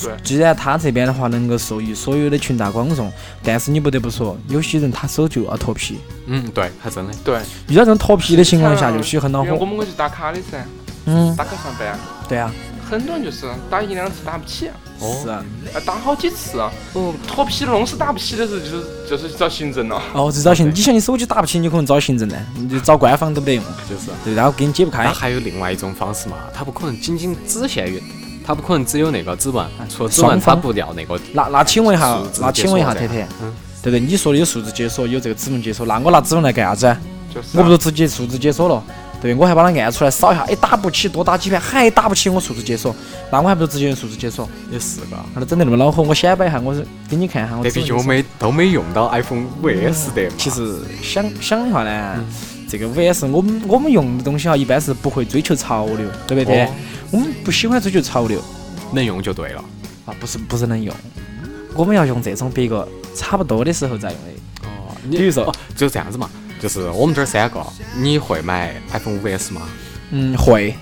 Speaker 5: 对
Speaker 2: 既然它这边的话能够受益所有的群大广众，但是你不得不说，有些人他手就要脱皮，
Speaker 1: 嗯，对，还真的。
Speaker 5: 对。
Speaker 2: 遇到这种脱皮的情况下，有些很恼
Speaker 5: 因为我
Speaker 2: 火。
Speaker 5: 们我去打卡的噻，
Speaker 2: 嗯，
Speaker 5: 打卡上班，
Speaker 2: 对啊，
Speaker 5: 很多人就是打一两次打不起，
Speaker 1: 哦，
Speaker 2: 是啊，
Speaker 5: 啊，打好几次啊。
Speaker 1: 哦
Speaker 5: 脱皮的弄死打不起的时候，就是就是找行政了。
Speaker 2: 哦，这找行，你想你手机打不起，你可能找行政呢，你就找官方都不得用，
Speaker 1: 就是。
Speaker 2: 对，然后给你解不开
Speaker 1: 那。还有另外一种方式嘛，它不可能仅仅只限于，它不可能只有那个指纹，除了指纹，
Speaker 2: 双
Speaker 1: 它
Speaker 2: 方
Speaker 1: 不要那个
Speaker 2: 那那请问一下
Speaker 1: 数字，
Speaker 2: 那
Speaker 1: 解
Speaker 2: 请问一下
Speaker 1: 锁
Speaker 2: 特
Speaker 1: 噻
Speaker 2: 特，
Speaker 1: 嗯
Speaker 2: 对不对？你说的有数字解锁，有这个指纹解锁，那我拿指纹来干啥子啊？
Speaker 5: 就是
Speaker 2: 我
Speaker 5: 啊
Speaker 2: 不如直接数字解锁了，对我还把它按出来扫一下，哎，打不起，多打几盘，还打不起，我速度解锁，那我还不如直接用速度解锁。
Speaker 1: 也是个。
Speaker 2: 那整得那么恼火，我显摆一下，我是给你看一下，我
Speaker 1: 但毕
Speaker 2: 只能
Speaker 1: 竟
Speaker 2: 用
Speaker 1: 我
Speaker 2: 手
Speaker 1: 们都没用到 iPhone 5S 的嘛。
Speaker 2: 其实想想一下呢，这个 VS 我们我们用的东西啊哈，一般是不会追求潮流，对不对？
Speaker 1: 哦
Speaker 2: 我们不喜欢追求潮流
Speaker 1: 能用就对了。
Speaker 2: 啊，不是不是能用，我们要用这种别个差不多的时候再用的。
Speaker 1: 哦，
Speaker 2: 比如说
Speaker 1: 哦，就这样子嘛，就是我们这儿三个，你会买 iPhone 5S 吗？
Speaker 2: 嗯，会，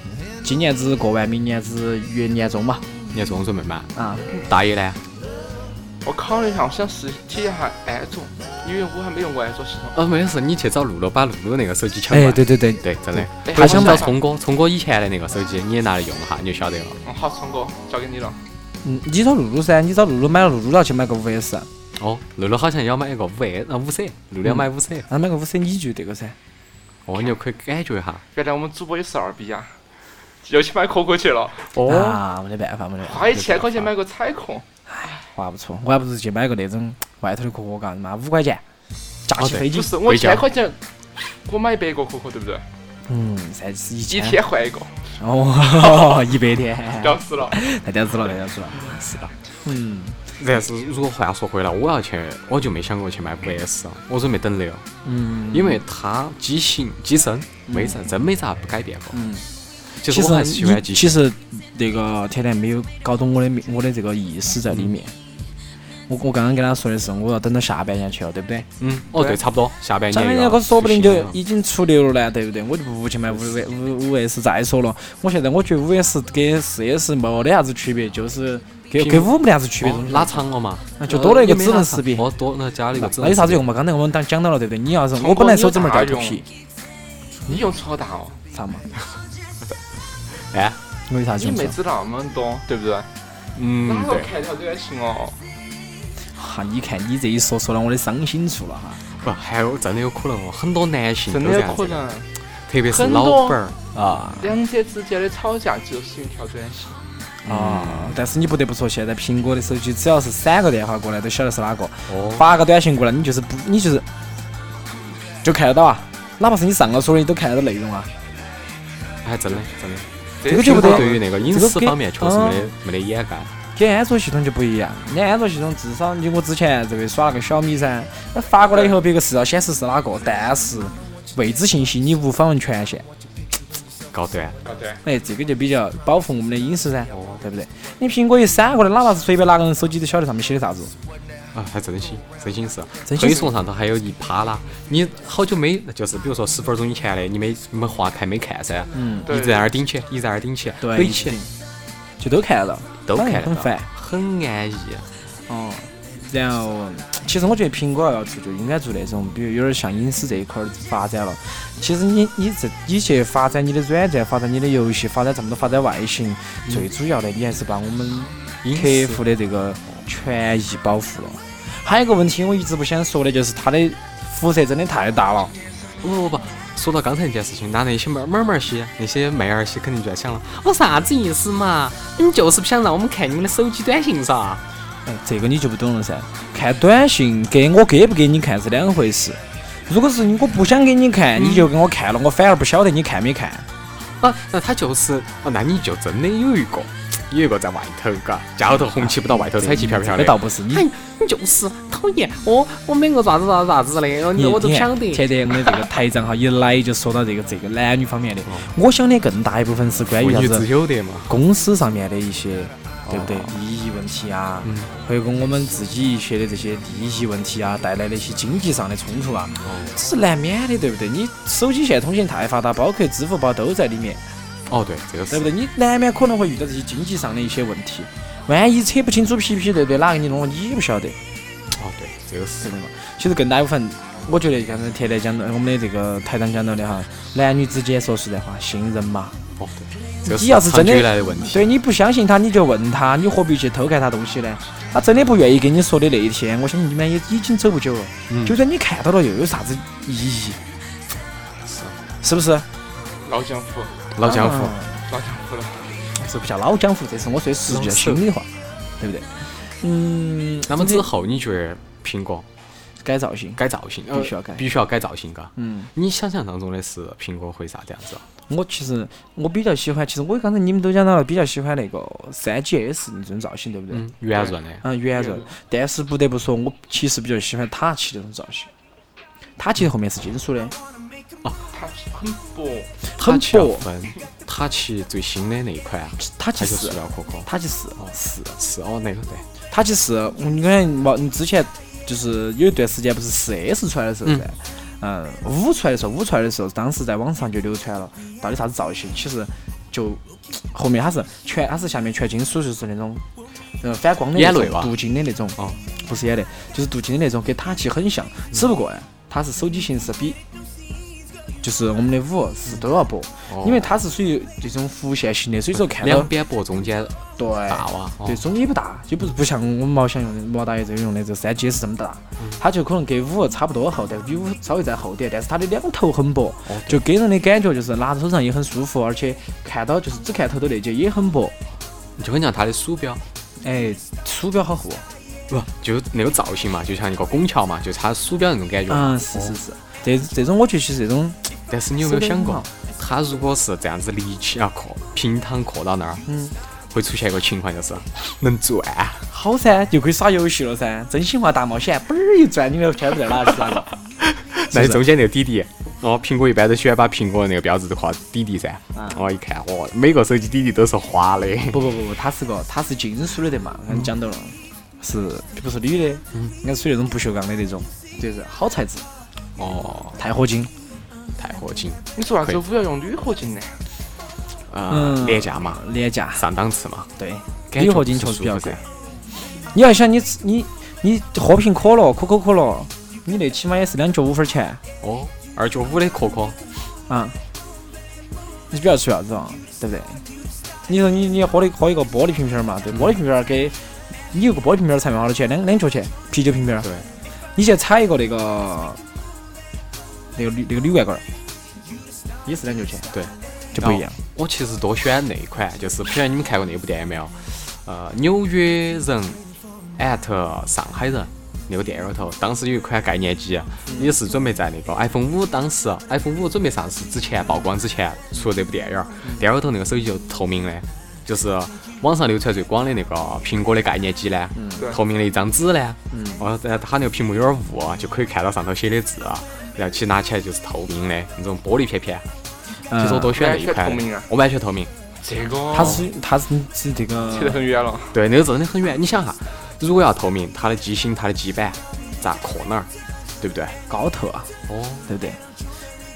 Speaker 2: 今年子过完，明年子月年终嘛，
Speaker 1: 你中准备买？
Speaker 2: 啊，
Speaker 1: 大爷呢？
Speaker 5: 我考虑一下，我想试体验一下安卓，因为我还没用过安卓系统。
Speaker 1: 哦，没事，你去找露露，把露露那个手机抢过来。
Speaker 2: 哎，对对对，
Speaker 1: 对，真的。
Speaker 5: 对
Speaker 1: 他
Speaker 5: 还
Speaker 1: 想
Speaker 5: 想
Speaker 1: 找
Speaker 5: 买
Speaker 1: 聪哥，聪哥以前的那个手机，你也拿来用一下，你就晓得了。
Speaker 5: 嗯，好，聪哥，交给你了。
Speaker 2: 嗯，你找露露噻，你找露露买了露露，然后去买个五 S，
Speaker 1: 哦，露露好像要买一个五 S，呃五 C，露露要买五 C，
Speaker 2: 然后啊买个五 S 你就这个噻。
Speaker 1: 哦，你就可以感觉一下。
Speaker 5: 原来我们主播有十二逼啊，又去买可可去了，
Speaker 1: 哦，
Speaker 2: 啊，没得办法，没得办法，
Speaker 5: 花一千块钱买个彩控，
Speaker 2: 划不出，我还不如去买个那种外头的可可干的嘛，五块钱，架起
Speaker 1: 哦对
Speaker 2: 飞机
Speaker 5: 不。是我
Speaker 1: 回
Speaker 5: 一
Speaker 1: 家
Speaker 5: 千块钱，我买一百个可可，对不对？
Speaker 2: 嗯，三十一
Speaker 5: 一
Speaker 2: 千
Speaker 5: 天换一个，
Speaker 2: 哦，一百天，
Speaker 1: 哎
Speaker 5: 屌死了！
Speaker 2: 太屌丝了，太屌丝了，是的，嗯，
Speaker 1: 但是如果话说回来，我要去，我就没想过去买五 S，我准备等的哦。嗯，因为它机型机身没啥，真没啥不改变过。嗯，其实我还是喜欢
Speaker 2: 你
Speaker 1: 机
Speaker 2: 嗯其
Speaker 1: 型。
Speaker 2: 实那个甜甜没有搞懂我的我的这个意思在里面。我我刚刚跟他说的是，我要等到下半年去了，对不对？
Speaker 1: 嗯，哦对，差不多，下半
Speaker 2: 下
Speaker 1: 年
Speaker 2: 半
Speaker 1: 又
Speaker 2: 年
Speaker 1: 要
Speaker 2: 我说不
Speaker 1: 出
Speaker 2: 定就
Speaker 1: 新了
Speaker 2: 已经出六了呢，对不对？我就不去买五五五 S 再说了。我现在我觉得五 S 跟四 S 没得啥子区别，就是跟
Speaker 1: 屏
Speaker 2: 跟五没得啥子区别。
Speaker 1: 哦
Speaker 2: 东西
Speaker 1: 拉长了嘛
Speaker 2: 那，就多了一个
Speaker 1: 呃也没
Speaker 2: 智能
Speaker 1: 拉长
Speaker 2: 识别
Speaker 1: 哦，多了加了一个智能。
Speaker 2: 那有啥子？用嘛？刚才我们当讲到了，对不对？你要是
Speaker 5: 聪哥
Speaker 2: 我本来手指拇儿掉头
Speaker 5: 你有
Speaker 2: 皮
Speaker 5: 大，你用处好大哦，
Speaker 2: 啥嘛？
Speaker 1: 哎，
Speaker 2: 我有啥子
Speaker 5: 你
Speaker 2: 用处
Speaker 5: 妹？子那么多，对不对？
Speaker 1: 嗯
Speaker 5: 哪，个
Speaker 1: 对，
Speaker 5: 看条短信哦？
Speaker 2: 哈，你看你这一说，说到我的伤心处了哈。
Speaker 1: 不，还有真的有可能哦，很多男性
Speaker 5: 真
Speaker 1: 都这
Speaker 5: 的
Speaker 1: 样
Speaker 5: 有可
Speaker 1: 子的，
Speaker 5: 能，
Speaker 1: 特别是
Speaker 5: 很
Speaker 1: 老
Speaker 5: 多
Speaker 1: 板儿。
Speaker 2: 啊
Speaker 5: 两者之间的吵架就是用一条短信。
Speaker 1: 嗯
Speaker 2: 啊！但是你不得不说，现在苹果的手机只要是闪个电话过来，都晓得是哪个，
Speaker 1: 哦，
Speaker 2: 发个短信过来，你就是不，你就是就看得到啊。哪怕是你上个说的，你都看得到内容啊。
Speaker 1: 还真的真的。
Speaker 5: 这
Speaker 2: 这个
Speaker 5: 个
Speaker 2: 就不
Speaker 1: 苹果
Speaker 2: 得
Speaker 1: 对于那个隐
Speaker 2: 这个
Speaker 1: 私
Speaker 2: 给
Speaker 1: 方面确实没得
Speaker 2: 嗯
Speaker 1: 没得掩盖。
Speaker 2: 跟安卓系统就不一样，你安卓系统至少你我之前这个耍那个小米噻，那发过来以后，别个是要显示是哪个，但是未知信息你无访问权限。
Speaker 1: 高端，
Speaker 5: 啊对，
Speaker 2: 哎，这个就比较保护我们的隐私噻，对不对？你苹果一闪过来，哪怕是随便拿个人手机都晓得上面写的啥子。
Speaker 1: 啊，还真心，真心是。
Speaker 2: 真心
Speaker 1: 推
Speaker 2: 是
Speaker 1: 送上头还有一趴啦，你好久没，就是比如说十分钟以前的，你没你们划开没看噻，
Speaker 2: 嗯
Speaker 1: 一直在那儿顶起，一直在那儿顶起，
Speaker 2: 对
Speaker 1: 怼起，
Speaker 2: 就都看得到，
Speaker 1: 都
Speaker 2: 当
Speaker 1: 看
Speaker 2: 然
Speaker 1: 得
Speaker 2: 很
Speaker 1: 到
Speaker 2: 烦，
Speaker 1: 很安逸。
Speaker 2: 哦。然后，其实我觉得苹果要做就应该做那种，比如有点像隐私这一块儿发展了。其实你你这你去发展你的软件，发展你的游戏，发展这么多，发展外形，最主要的你还是把我们
Speaker 1: 隐
Speaker 2: 客
Speaker 1: 私
Speaker 2: 户的这个权益保护了。还有一个问题，我一直不想说的就是它的辐射真的太大了。
Speaker 1: 不不不，说到刚才那件事情，那那些妹儿妹儿些、那些妹儿些肯定就在想了，我啥子意思嘛？你们就是不想让我们看你们的手机短信噻？啊
Speaker 2: 哎，这个你就不懂了噻。看短信给我给不给你看是两回事。如果是你我不想给你看，你就给我看了，我反而不晓得你看没看。
Speaker 1: 啊，那他就是，啊，那你就真的有一个，有一个在外头，嘎，家头红旗不到外头彩旗飘飘
Speaker 2: 这
Speaker 1: 的
Speaker 2: 个。倒不是你，
Speaker 1: 哎，你就是讨厌我，我每个啥子啥子啥子的，
Speaker 2: 你
Speaker 1: 我我都
Speaker 2: 你
Speaker 1: 不
Speaker 2: 看
Speaker 1: 晓得。
Speaker 2: 前天我们这个台长哈，一来就说到这个这个男女方面的，
Speaker 1: 哦
Speaker 2: 我想的更哎大一部分是关于啥子
Speaker 1: 友的嘛。
Speaker 2: 公司上面的一些，
Speaker 1: 哦
Speaker 2: 对不对？利益问题啊，
Speaker 1: 嗯
Speaker 2: 包括我们自己一些的这些利益问题啊，带来的一些经济上的冲突啊，
Speaker 1: 哦
Speaker 2: 这是难免的，对不对？你手机现在通信太发达，包括支付宝都在里面。
Speaker 1: 哦，对，这个是
Speaker 2: 对不。对？你难免可能会遇到这些经济上的一些问题，万一扯不清楚皮皮，对不对？哪个你弄了你也不晓得，
Speaker 1: 哦，对，这个是
Speaker 2: 对。嘛？其实更大一部分，我觉得刚才甜甜讲到，我们的这个台长讲到的哈，男女之间说实在话，信任嘛，
Speaker 1: 哦，对，这个
Speaker 2: 你要是
Speaker 1: 长
Speaker 2: 真
Speaker 1: 久
Speaker 2: 的
Speaker 1: 以来的问题。
Speaker 2: 对你不相信他，你就问他，你何必去偷看他东西呢？他真的不愿意跟你说的那一天，我相信你们也已经走不久了。就算你看到了，又有啥子意义？是不是？
Speaker 5: 老江湖，
Speaker 1: 老江湖
Speaker 2: 啊，
Speaker 5: 老江湖了。
Speaker 2: 这不叫老江湖，这是我说的实际心里话，对不对？嗯，
Speaker 1: 那么之后你觉得苹果？
Speaker 2: 改造型。
Speaker 1: 改造型，呃
Speaker 2: 必须要改
Speaker 1: 必须要改造型，嘎。
Speaker 2: 嗯，
Speaker 1: 你想象当中的是苹果会啥子样子啊？
Speaker 2: 我其实我比较喜欢，其实我刚才你们都讲到了，比较喜欢那个三 GS 那种造型，对不对？
Speaker 1: 嗯，圆润的，
Speaker 2: 嗯，圆润。但是不得不说，我其实比较喜欢塔奇这种造型。塔奇后面是金属的，
Speaker 5: 它很薄，
Speaker 2: 很
Speaker 1: 它其实要
Speaker 2: 薄。
Speaker 1: 分，它其实最新的那一款啊，
Speaker 2: 塔
Speaker 1: 它
Speaker 2: 奇
Speaker 1: 就是塑，料壳壳，
Speaker 2: 塔奇是是，
Speaker 1: 是哦，那个对，
Speaker 2: 塔奇是。我你看毛，你之前就是有一段时间不是四 S 出来的时候噻，嗯，五出来的时候，五出来的时候，当时在网上就流传了到底啥子造型，其实就后面它是全，它是下面全金属，就是那种呃反光的那
Speaker 1: 眼
Speaker 2: 种
Speaker 1: 泪吧
Speaker 2: 镀金的那种。
Speaker 1: 哦，嗯
Speaker 2: 不是眼泪，就是镀金的那种，跟塔奇很像，只不过呢，啊它是手机形式比，就是我们的五是都要薄，
Speaker 1: 哦
Speaker 2: 因为它是属于这种弧线型的，所以说看到
Speaker 1: 两边薄，中间
Speaker 2: 对
Speaker 1: 大哇，哦
Speaker 2: 哎对，中间也不大，也不是不像我们毛翔用的毛大爷这个用的这三 G 是这么大，它就可能跟五差不多厚，但是比五稍微再厚点，但是它的两头很薄，
Speaker 1: 哦
Speaker 2: 就给人的感觉就是拿在手上也很舒服，而且看到就是只看头头那节也很薄，
Speaker 1: 就很像它的鼠标，
Speaker 2: 哎，鼠标好厚，
Speaker 1: 不就那个造型嘛，就像一个拱桥嘛，就是它鼠标那种感觉嘛。
Speaker 2: 嗯，是是是，这这种我觉得其实这种。
Speaker 1: 但是你有没有想
Speaker 2: 手
Speaker 1: 过
Speaker 2: 感，
Speaker 1: 它如果是这样子立起啊扩平躺扩到那儿，
Speaker 2: 嗯，
Speaker 1: 会出现一个情况就是能转，
Speaker 2: 好噻，就可以耍游戏了噻，真心话大冒险，嘣儿一转，你的圈子在哪是哪个？
Speaker 1: 那中间那个底底。哦，苹果一般都喜欢把苹果的那个标志画底底噻。我一看，哦，每个手机底底都是花的。
Speaker 2: 不不不不，它是个，它是金属的得嘛，刚才讲到了，是不是铝的？应该属于那种不锈钢的那种，就是好材质，
Speaker 1: 哦，
Speaker 2: 钛合金。
Speaker 1: 钛合金，
Speaker 5: 你说啥子五要用铝合金呢？
Speaker 1: 呃，
Speaker 2: 嗯
Speaker 1: 廉价嘛，
Speaker 2: 廉价，
Speaker 1: 上档次嘛，
Speaker 2: 对，
Speaker 1: 感
Speaker 2: 铝
Speaker 1: 觉
Speaker 2: 合金
Speaker 1: 不
Speaker 2: 确
Speaker 1: 是
Speaker 2: 实比较
Speaker 1: 舒服
Speaker 2: 贵
Speaker 1: 噻。
Speaker 2: 你要想你吃你你喝瓶可乐，可口可乐，你那起码也是两角五分钱
Speaker 1: 哦，二九五的壳壳，
Speaker 2: 啊，你不要说啥子啊，对不对？你说你你喝的喝一个玻璃瓶瓶儿嘛，对，玻璃瓶瓶儿给你有个玻璃瓶瓶儿才卖好多钱，两两角钱，啤酒瓶瓶儿。
Speaker 1: 对，
Speaker 2: 你去踩一个那个那个铝那个铝罐罐儿，也是两角钱，
Speaker 1: 对，
Speaker 2: 就不一样。
Speaker 1: 我其实多喜欢那一款，就是不晓得你们看过那部电影没有？呃，纽约人 at 上海人那个电影里头，当时有一款概念机，啊
Speaker 2: 嗯
Speaker 1: 也是准备在那个 iPhone 五当时 iPhone 五准备上市之前曝光之前出了这部电影，
Speaker 2: 嗯
Speaker 1: 电影里头那个手机就是透明的。就是网上流传最广的那个苹果的概念机呢，
Speaker 2: 嗯
Speaker 5: 对
Speaker 1: 透明的一张纸呢，哦，然后它那个屏幕有点雾啊，就可以看到上头写的字啊，然后其实拿起来就是透明的那种玻璃片片，
Speaker 2: 嗯
Speaker 1: 其实我多喜欢那一
Speaker 5: 完
Speaker 1: 款
Speaker 5: 全透明啊，
Speaker 1: 我完全透明。
Speaker 5: 这个
Speaker 2: 它是属于它是是这
Speaker 5: 扯得
Speaker 2: 个
Speaker 5: 很远了，
Speaker 1: 对，那个真的很远。你想哈，如果要透明，它的机芯、它的基板咋扩哪儿，对不对？
Speaker 2: 高透啊，
Speaker 1: 哦
Speaker 2: 对不对？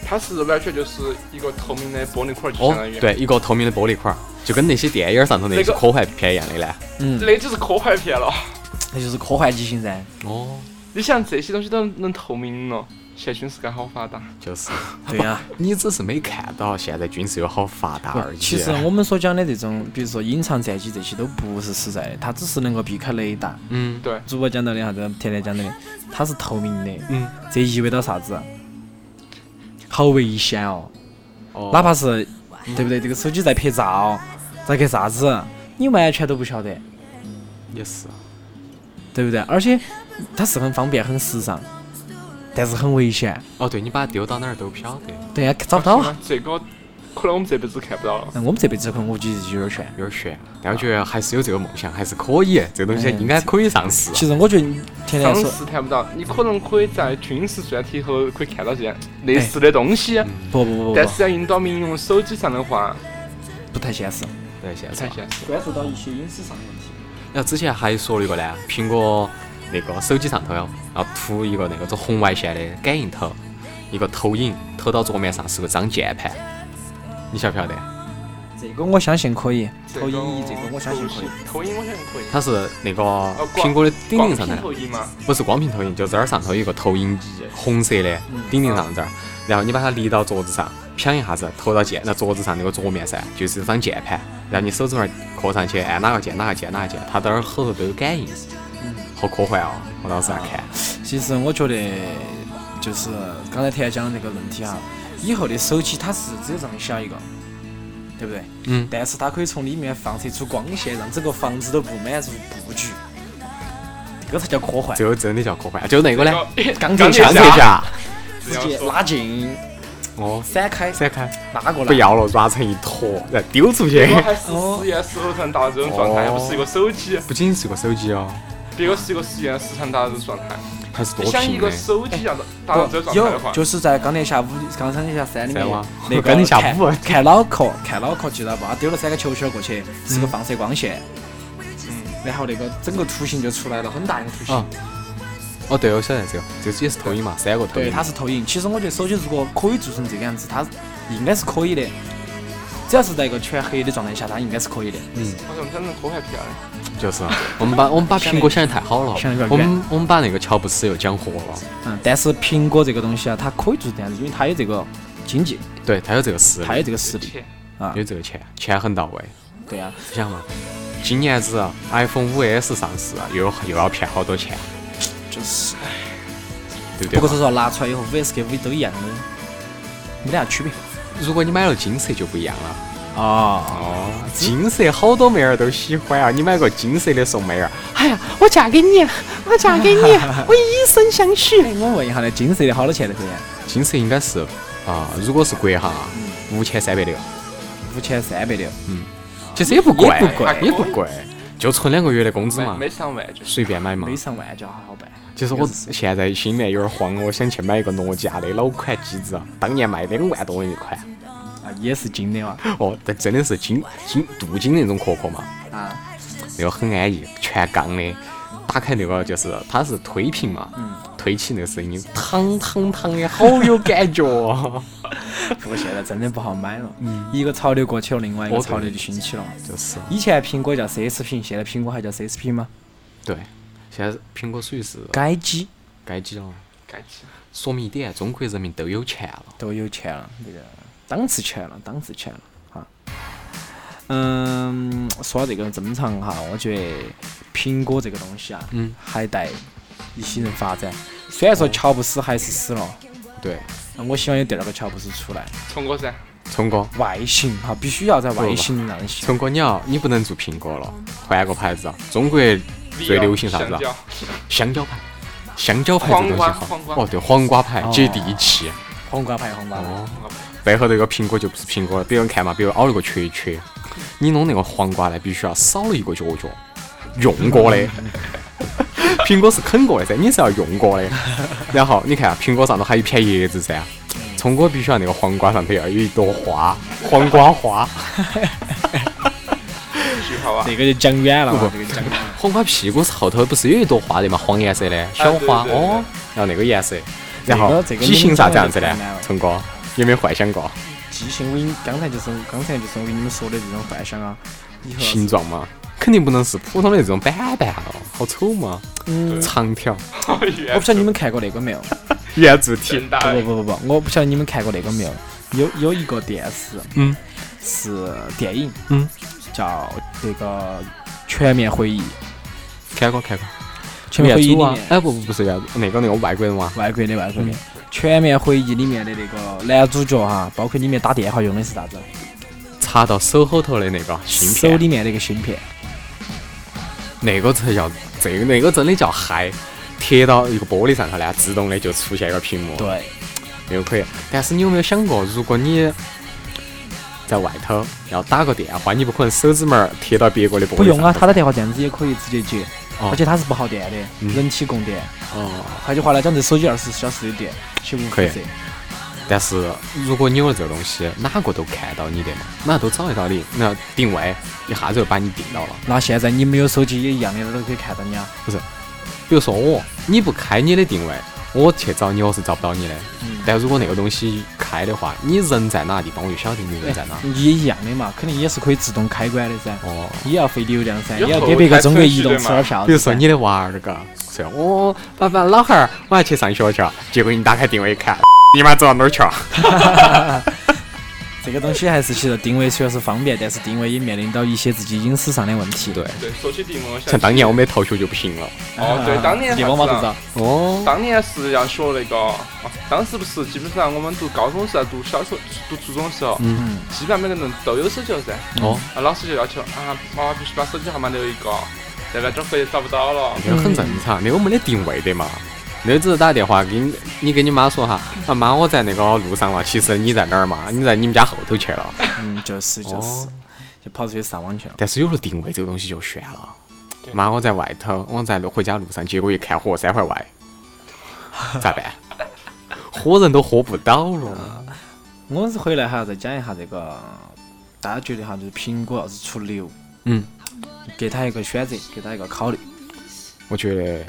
Speaker 5: 它是完全就是一个透明的玻璃块儿，就相当于
Speaker 1: 哦，。对，一个透明的玻璃块儿，就跟那些电影上头那
Speaker 5: 那
Speaker 1: 些
Speaker 5: 个
Speaker 1: 科幻片一样的呢。
Speaker 2: 嗯，
Speaker 5: 那就是科幻片了。
Speaker 2: 那就是科幻机型噻。
Speaker 1: 哦，
Speaker 5: 你想这些东西都能透明了，现在军事干好发达。
Speaker 1: 就是，
Speaker 2: 对 呀、
Speaker 1: 你只是没看到现在军事有好发达而已。
Speaker 2: 其实我们所讲的这种，比如说隐藏战机这些，都不是实在的，它只是能够避开雷达。
Speaker 1: 嗯
Speaker 5: 对，
Speaker 2: 主播讲到的啥子，甜甜讲到的，它是透明的，
Speaker 1: 嗯，
Speaker 2: 这意味到啥子？啊好危险哦！
Speaker 1: 哦
Speaker 2: 哪怕是对不对？这个手机在拍照，在干啥子，啊你完全都不晓得，
Speaker 1: 也是，
Speaker 2: 对不对？而且它是很方便、很时尚，但是很危险。
Speaker 1: 哦，对你把它丢到哪儿都不晓得，
Speaker 2: 对呀，找不到啊！
Speaker 5: 这个可能我们这辈子看不到了。
Speaker 2: 那我们这辈子可能我觉得就有点悬。
Speaker 1: 有点悬。哎但我觉得还是有这个梦想，还是可以，这个东西应该可以上市。
Speaker 2: 其实我觉得天天
Speaker 5: 上
Speaker 2: 说
Speaker 5: 市谈不到，你可能可以在军事专题后可以看到这样类似的东西，
Speaker 2: 不不不不
Speaker 5: 但
Speaker 2: 不
Speaker 5: 是要用到民用手机上的话，
Speaker 2: 不太现实。
Speaker 1: 对，现
Speaker 5: 不
Speaker 1: 在
Speaker 5: 太现实。
Speaker 2: 关注到一些隐私上的问题。
Speaker 1: 然后之前还说了一个呢，苹果那个手机上头要要涂一个那个走红外线的感应头，一个投影投到桌面上是个张键盘，你晓不晓得？
Speaker 2: 这个我相信可以，投
Speaker 5: 投
Speaker 2: 影仪
Speaker 5: 影
Speaker 2: 这个我相信可以。。
Speaker 5: 投影我相信可以。
Speaker 1: 它是那个
Speaker 5: 哦光
Speaker 1: 苹果的顶
Speaker 5: 光
Speaker 1: 屏上
Speaker 5: 屏
Speaker 1: 头啊
Speaker 5: 投，影嘛，
Speaker 1: 不是光屏投影，就这儿上头有一个投影仪，红色的
Speaker 5: 嗯
Speaker 1: 顶屏上这儿，然后你把它离到桌子上，想一下子投到键那桌子上那个桌面噻，就是张键盘，然后你手指头儿扣上去，按哪个键哪个键哪个键，它这儿后头都有感应，
Speaker 5: 嗯
Speaker 1: 好科幻哦！我当时在看，
Speaker 2: 其实我觉得就是刚才田讲的那个问题哈，以后的手机它是只有这么小一个，对不对？
Speaker 1: 嗯。
Speaker 2: 但是它可以从里面放射出光线，让整个房子都布满是布局。这个才叫科幻，
Speaker 1: 这个真的叫科幻，就那个呢，
Speaker 2: 钢
Speaker 5: 钢
Speaker 2: 铁
Speaker 5: 铁
Speaker 2: 侠
Speaker 1: 钢铁侠，
Speaker 2: 直接拉近，
Speaker 1: 哦，
Speaker 2: 闪开，
Speaker 1: 闪开，
Speaker 2: 拉过来，
Speaker 1: 不要了，抓成一坨，然后丢出去。
Speaker 5: 还是实验室楼上达这种状态，还不是一个手机，
Speaker 1: 不仅是个手机哦，
Speaker 5: 别个是一个实验室上达这种状态。
Speaker 1: 还是多
Speaker 5: 你想一
Speaker 1: 屏
Speaker 5: 个
Speaker 1: 的。
Speaker 5: 手机要达到这
Speaker 2: 不
Speaker 5: 种状态的
Speaker 2: 有
Speaker 5: 话，
Speaker 2: 就是在钢铁侠五、钢铁侠三里面
Speaker 1: 三吗，
Speaker 2: 那个
Speaker 1: 钢铁侠
Speaker 2: 看
Speaker 1: 五
Speaker 2: 看脑壳，看脑壳记得不？他丢了三个球球过去，是个放射光线，
Speaker 1: 嗯
Speaker 2: 然后那个整个图形就出来了，很大一个图
Speaker 1: 啊
Speaker 2: 形。
Speaker 1: 哦，对，我晓得这个，这个也是投影嘛，三个投影。
Speaker 2: 对，它是投影。其实我觉得手机如果可以做成这个样子，它应该是可以的。只要是在一个全黑的状态下，它应该是可以的。
Speaker 5: 好像真的科幻片儿。
Speaker 1: 就是我们把我们把苹果想得太好了
Speaker 2: 想得有，点
Speaker 1: 我们我们把那个乔布斯又讲活了，
Speaker 2: 嗯，但是苹果这个东西啊，它可以做成这样子，因为它有这个经济，
Speaker 1: 对他有这个实
Speaker 2: 它有
Speaker 1: 力，
Speaker 2: 这个实力
Speaker 5: 钱
Speaker 2: 啊
Speaker 1: 有。这个钱，钱很到位。
Speaker 2: 对啊，
Speaker 1: 你想嘛，今年子啊 iPhone 5S 上市啊又又要骗好多钱，
Speaker 2: 就是。
Speaker 1: 对不
Speaker 2: 不过
Speaker 1: 对
Speaker 2: 说
Speaker 1: 嘛？
Speaker 2: 实话，拿出来以后，VS 跟 V 都一样的，没得啥区别。
Speaker 1: 如果你买了金色就不一样了。
Speaker 2: 啊，
Speaker 1: 哦，金色好多妹儿都喜欢啊！你买个金色的送妹儿，哎呀，我嫁给你，我嫁给你，我以身相许。
Speaker 2: 哎，我问一下呢，金色的好多钱呢？这样
Speaker 1: 金色应该是啊，如果是国行啊，五千三百六，
Speaker 2: 五千三百六，
Speaker 1: 其实也不贵，
Speaker 2: 也不贵
Speaker 1: 也不贵，就存两个月的工资嘛
Speaker 5: 没，没上万就是。
Speaker 1: 随便买嘛
Speaker 2: 没。上万就好好办。
Speaker 1: 其实我现在心里面有点慌，我想去买一个诺基亚的老款机子啊，当年卖两万多一款，
Speaker 2: 啊，也是金的哇。
Speaker 1: 哦，但真的是金金镀金那种壳壳嘛。
Speaker 2: 啊，
Speaker 1: 那个很安逸，全钢的。打开那个就是它是推屏嘛，推起那个声音，嘡嘡嘡的，好有感觉哦。
Speaker 2: 不过现在真的不好买了，
Speaker 1: 嗯
Speaker 2: 一个潮流过去了，另外一个
Speaker 1: 哦
Speaker 2: 潮流
Speaker 1: 对
Speaker 2: 就兴起了。
Speaker 1: 就是，
Speaker 2: 以前苹果叫奢侈品，现在苹果还叫奢侈品吗？
Speaker 1: 对，现在苹果属于是
Speaker 2: 改机
Speaker 1: 该机了。
Speaker 5: 该起
Speaker 1: 说明一点，中国人民都有钱了。
Speaker 2: 都有钱了，那个档次钱了，档次钱了哈。嗯，说到这个正常哈，我觉得苹果这个东西啊，
Speaker 1: 嗯，哦
Speaker 2: 还带一些人发展。虽然说乔布斯还是死了，
Speaker 1: 对，
Speaker 2: 那我希望有第二个乔布斯出来。
Speaker 5: 聪哥噻，
Speaker 1: 聪哥，
Speaker 2: 外形哈，必须要在外形上行。
Speaker 1: 聪哥，你要你不能做苹果了，换个牌子啊。中国最流行啥子
Speaker 5: 香
Speaker 1: 啊？
Speaker 5: 蕉
Speaker 1: 香蕉牌，香蕉牌这东西好。
Speaker 5: 黄瓜
Speaker 1: 哦，对，黄瓜牌
Speaker 2: 哦
Speaker 1: 接地气。
Speaker 2: 黄瓜牌，黄瓜牌，
Speaker 1: 哦，背后这个苹果就不是苹果了。比如看嘛，比如凹了个缺缺，你弄那个黄瓜呢，必须要少了一个角角，用过的。 苹果是啃过的噻，你是要用过的。然后你看、啊、苹果上头还有一片叶子噻，聪哥必须要那个黄瓜上头要有一朵花，黄瓜花，
Speaker 5: 句话啊，
Speaker 2: 这个就讲远了
Speaker 1: 不
Speaker 2: 嘛，
Speaker 1: 不
Speaker 2: 这个就讲远了。
Speaker 1: 黄瓜屁股后头不是有一朵花的嘛，黄颜色的小花、
Speaker 5: 对对对
Speaker 1: 哦，然后那个颜色，然后
Speaker 2: 这个
Speaker 1: 体型啥子样子
Speaker 2: 这
Speaker 1: 呢
Speaker 2: 个
Speaker 5: 啊
Speaker 2: 明白了？
Speaker 1: 聪哥有没有幻想过
Speaker 2: 记性，我跟你刚才就是刚才就是我跟你们说的这种幻想啊，以后要是
Speaker 1: 形状嘛？肯定不能是普通的那种板板了，好丑嘛！
Speaker 2: 嗯，
Speaker 1: 长条
Speaker 5: 好远
Speaker 2: 我不晓得你们看过那个没有？
Speaker 1: 圆柱体，
Speaker 5: 真大
Speaker 2: 不不不不不，我不晓得你们看过那个没有？有有一个电视，
Speaker 1: 嗯，
Speaker 2: 是电影，
Speaker 1: 嗯，
Speaker 2: 叫那个《全面回忆》。《
Speaker 1: 看过看过。
Speaker 2: 全面回忆》里
Speaker 1: 啊
Speaker 2: 面，，嗯
Speaker 1: 哎不不不是圆柱，那个那个外国人哇，
Speaker 2: 外国的外国的，《全面回忆》里面的那个男主角哈，包括里面打电话用的是啥子？
Speaker 1: 插到手后头的那个芯
Speaker 2: 手
Speaker 1: 片，
Speaker 2: 里面那个芯片。
Speaker 1: 那个才叫这个那个真的叫嗨。贴到一个玻璃上头呢，自动的就出现一个屏幕，
Speaker 2: 对，
Speaker 1: 那个可以。但是你有没有想过，如果你在外头要打个电话，你不可能手指拇儿贴到别个的玻璃上头
Speaker 2: 不用啊，他的电话这样子也可以直接接，
Speaker 1: 哦
Speaker 2: 而且它是不耗电的，
Speaker 1: 嗯
Speaker 2: 人体供电。
Speaker 1: 哦。
Speaker 2: 换句话来讲，这手机二十四小时的电，全部
Speaker 1: 可以
Speaker 2: 负责。
Speaker 1: 但是如果你有了这个东西，哪个都看到你的嘛，哪个都找得到你，那定位一下子就把你定到了。
Speaker 2: 那现在你没有手机也一样的，都可以看到你啊。
Speaker 1: 比如说我，你不开你的定位，我去找你，我是找不到你的。
Speaker 2: 嗯
Speaker 1: 但如果那个东西开的话，你人在哪个地方，我就晓得你人在哪。
Speaker 2: 也一样的嘛，肯定也是可以自动开关的噻。
Speaker 1: 哦，
Speaker 2: 也要费流量噻，
Speaker 5: 有
Speaker 2: 也要
Speaker 5: 后
Speaker 2: 给别个
Speaker 5: 台
Speaker 2: 中国
Speaker 5: 程
Speaker 2: 移
Speaker 5: 序
Speaker 2: 动
Speaker 5: 对
Speaker 2: 吃
Speaker 5: 嘛
Speaker 2: 点儿票。
Speaker 1: 比如说你的娃儿嘎，说我爸爸老汉儿，我要去上学去了，结果你打开定位一看，你妈走到哪儿去了？
Speaker 2: 这个东西还是其实定位虽然是方便，但是定位也面临到一些自己隐私上的问题。
Speaker 1: 对，
Speaker 5: 对，说起定位，我想
Speaker 1: 像当年我们的头球就不行了。
Speaker 5: 哦，对，当年
Speaker 2: 你
Speaker 5: 啥
Speaker 2: 往往都
Speaker 5: 子
Speaker 2: 知道
Speaker 5: 啊？，
Speaker 1: 哦，
Speaker 5: 当年是要学那个，哦当时不是基本上我们读高中时候、读小时候、读初中时候，
Speaker 1: 嗯，
Speaker 5: 基本上每个人都有手机了噻。
Speaker 1: 哦，
Speaker 5: 啊，老师就要求啊，妈妈必须把手机号码留一个，在外转头也找不到了。
Speaker 1: 那个很正常，那个没得定位的嘛。那只是打电话给你，你跟你妈说哈，啊妈，我在那个路上了。其实你在哪儿嘛？你在你们家后头去了。
Speaker 2: 嗯，就是就是，
Speaker 1: 哦
Speaker 2: 就跑出去撒网去了。
Speaker 1: 但是有了定位这个东西就悬了。妈，我在外头，我在路回家路上，结果一看，嚯，三环外，咋办？豁人都豁不到了。
Speaker 2: 我是回来哈，再讲一下这个，大家觉得哈，就是苹果要是出六，
Speaker 1: 嗯，
Speaker 2: 给他一个选择，给他一个考虑。
Speaker 1: 我觉得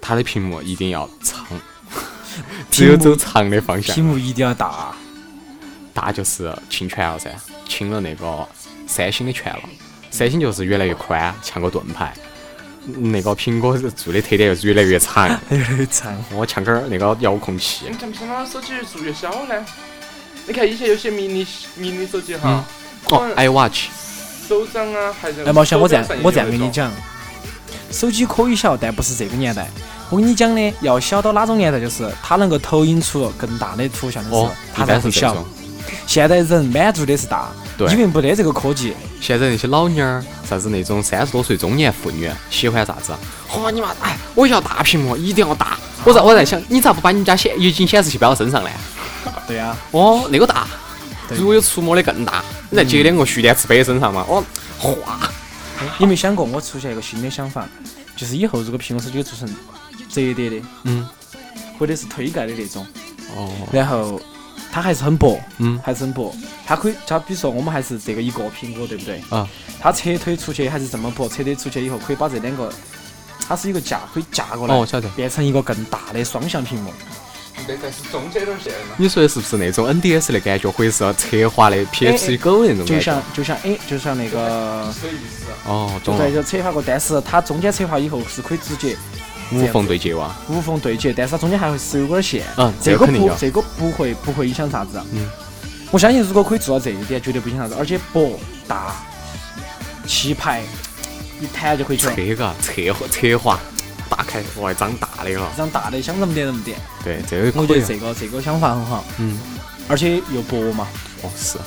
Speaker 1: 它的屏幕一定要长，只有走长的方向
Speaker 2: 屏。幕一定要大，
Speaker 1: 大就是侵权了噻，侵了那个三星的权了。三星就是越来越宽，像个盾牌。那个苹果是做的特点就是越来越长，
Speaker 2: 越来越长。
Speaker 1: 我像根儿那个遥控器
Speaker 5: 你，怎么想到手机越做越小呢？你看以前有些迷你迷你手机哈，
Speaker 1: 哦，iWatch，
Speaker 5: 手掌啊还是
Speaker 2: 嗯哎，毛翔，我这样
Speaker 5: 手掌上
Speaker 2: 我这样
Speaker 5: 也
Speaker 2: 跟
Speaker 5: 有
Speaker 2: 你
Speaker 5: 一种，
Speaker 2: 讲，手机可以小，但不是这个年代。我跟你讲呢，要小到哪种年代，就是它能够投影出更大的图像的时候
Speaker 1: 哦，，
Speaker 2: 它
Speaker 1: 一
Speaker 2: 才
Speaker 1: 般
Speaker 2: 会
Speaker 1: 是这
Speaker 2: 小
Speaker 1: 种。。
Speaker 2: 现在人满足的是大，
Speaker 1: 对
Speaker 2: 因为没得这个科技。
Speaker 1: 现在那些老妞儿，啥子那种三十多岁中年妇女，喜欢啥子？嚯你妈！哎，我要大屏幕，一定要大。我在我在想，你咋不把你们家显液晶显示器摆到身上呢？
Speaker 2: 对呀、
Speaker 1: 哦，那个大，
Speaker 2: 对
Speaker 1: 如果有触摸的更大，你再接两个蓄电池摆身上嘛。哦，哗，
Speaker 2: 有没有想过我出现一个新的想法，就是以后如果苹果手机做成折叠的
Speaker 1: 嗯，
Speaker 2: 或者是推盖的那种，
Speaker 1: 哦，
Speaker 2: 然后它还是很薄，
Speaker 1: 嗯
Speaker 2: 还是很薄。它可以，它比如说我们还是这个一个苹果，对不对？
Speaker 1: 啊，
Speaker 2: 它侧推出去还是这么薄，侧推出去以后可以把这两个，它是一个架，可以架过来，
Speaker 1: 哦，我晓得。
Speaker 2: 变成一个更大的双向屏幕。
Speaker 5: 那才是中间点线嘛。
Speaker 1: 你说的是不是那种 NDS 的感觉，或者是侧滑的
Speaker 2: 哎
Speaker 1: PHC 狗那种
Speaker 2: 就
Speaker 1: 感觉
Speaker 2: 像？就像哎，就像那个，
Speaker 5: 这个意思。
Speaker 1: 哦，
Speaker 2: 就
Speaker 1: 懂
Speaker 2: 对，
Speaker 1: 了，
Speaker 2: 就侧滑过，但是它中间侧滑以后是可以直接
Speaker 1: 无缝对接哇。
Speaker 2: 无缝对接，但是它中间还会收根线。
Speaker 1: 嗯
Speaker 2: 这
Speaker 1: 这个
Speaker 2: 个
Speaker 1: 肯定
Speaker 2: 不
Speaker 1: 要
Speaker 2: 这个不会不会影响啥子。啊
Speaker 1: 嗯，
Speaker 2: 我相信如果可以做到这一点，绝对不影响啥子，而且薄大气派，一弹就可以去了。
Speaker 1: 这个侧滑侧滑，打开哇，长大的了。
Speaker 2: 这样大的想怎么点怎么点，
Speaker 1: 对，这个
Speaker 2: 我
Speaker 1: 可
Speaker 2: 觉
Speaker 1: 以
Speaker 2: 得。这个这个想法很好，
Speaker 1: 嗯。
Speaker 2: 而且又薄嘛。
Speaker 1: 哦，是，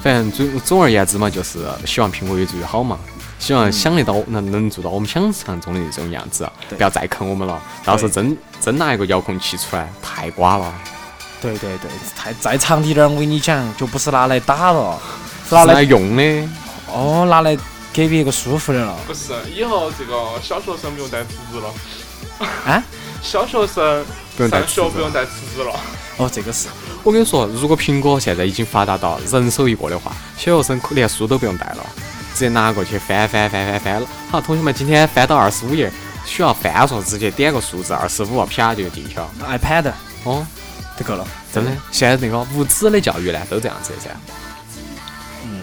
Speaker 1: 反正总总而言之嘛，就是希望苹果越做越好嘛，希
Speaker 2: 嗯
Speaker 1: 望想得到能能做到我们想象中的那种样子，啊
Speaker 2: 对
Speaker 1: 不要再坑我们了。到时候
Speaker 2: 对
Speaker 1: 真真拿一个遥控器出来，太瓜了，
Speaker 2: 对对对，太再长滴点儿，我跟你讲，就不是拿来打了，是拿
Speaker 1: 是
Speaker 2: 来
Speaker 1: 来用的。
Speaker 2: 哦拿来给别个舒服的了。
Speaker 5: 不是，以后这个小学生不用带辞职了。
Speaker 2: 啊？
Speaker 5: 小学生
Speaker 1: 不用带
Speaker 5: 上
Speaker 1: 辞职
Speaker 5: 学
Speaker 1: 了
Speaker 5: 不用带辞职了。
Speaker 2: 哦，这个是
Speaker 1: 我跟你说，如果苹果现在已经发达到人手一个的话，小学生可连书都不用带了，直接拿过去翻翻翻翻翻了。好，同学们，今天翻到二十五页，需要翻说直接点个数字二十五，啪就进去了。
Speaker 2: iPad
Speaker 1: 哦，
Speaker 2: 就够了。
Speaker 1: 真的，现在那个无纸的教育呢，都这样子的噻。嗯。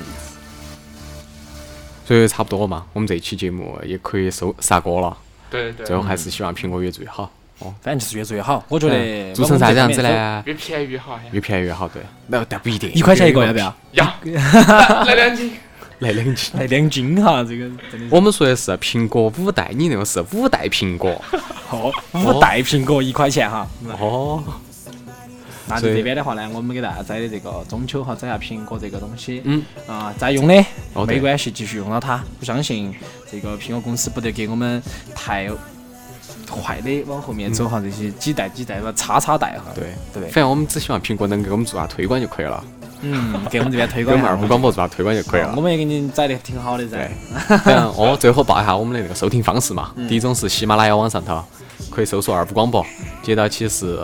Speaker 1: 所以差不多了嘛，我们这期节目也可以收杀锅了。
Speaker 5: 对对
Speaker 1: 最后
Speaker 5: 对，
Speaker 1: 还是希望苹果越做越好。哦，
Speaker 2: 反正就是越做越好，
Speaker 1: 嗯
Speaker 2: 我觉得。
Speaker 1: 啊做成啥子样子？呢？
Speaker 5: 越便宜越好呀。
Speaker 1: 越便宜越好，对。那但不一定，
Speaker 2: 一块钱一个要不要？
Speaker 5: 呀，来两斤。
Speaker 1: 来两斤。
Speaker 2: 来两斤哈，这个真的是。
Speaker 1: 我们说的是苹果五代，你那个是五代苹果。
Speaker 2: 哦，五袋苹果一块钱哈。
Speaker 1: 哦，
Speaker 2: 那
Speaker 1: 所
Speaker 2: 在
Speaker 1: 以
Speaker 2: 这边的话呢，我们给大家摘的这个中秋哈，摘下苹果这个东西，
Speaker 1: 嗯，
Speaker 2: 啊，摘用的
Speaker 1: 哦对
Speaker 2: 没关系，继续用到它。我相信这个苹果公司不得给我们太快的往后面走哈，这些几代几代吧，叉叉代哈，
Speaker 1: 对。
Speaker 2: 对不
Speaker 1: 反
Speaker 2: 对？
Speaker 1: 正我们只希望苹果能给我们做下推广就可以了，
Speaker 2: 嗯，给我们这边推
Speaker 1: 给我
Speaker 2: 广一
Speaker 1: 们
Speaker 2: 下
Speaker 1: 二胡广播做下推广就可以了
Speaker 2: 我。们也给你摘的挺好的噻
Speaker 1: 对。，反正我最后报一下我们的那个收听方式嘛。第一种是喜马拉雅网上头可以搜索二部广播，接到起是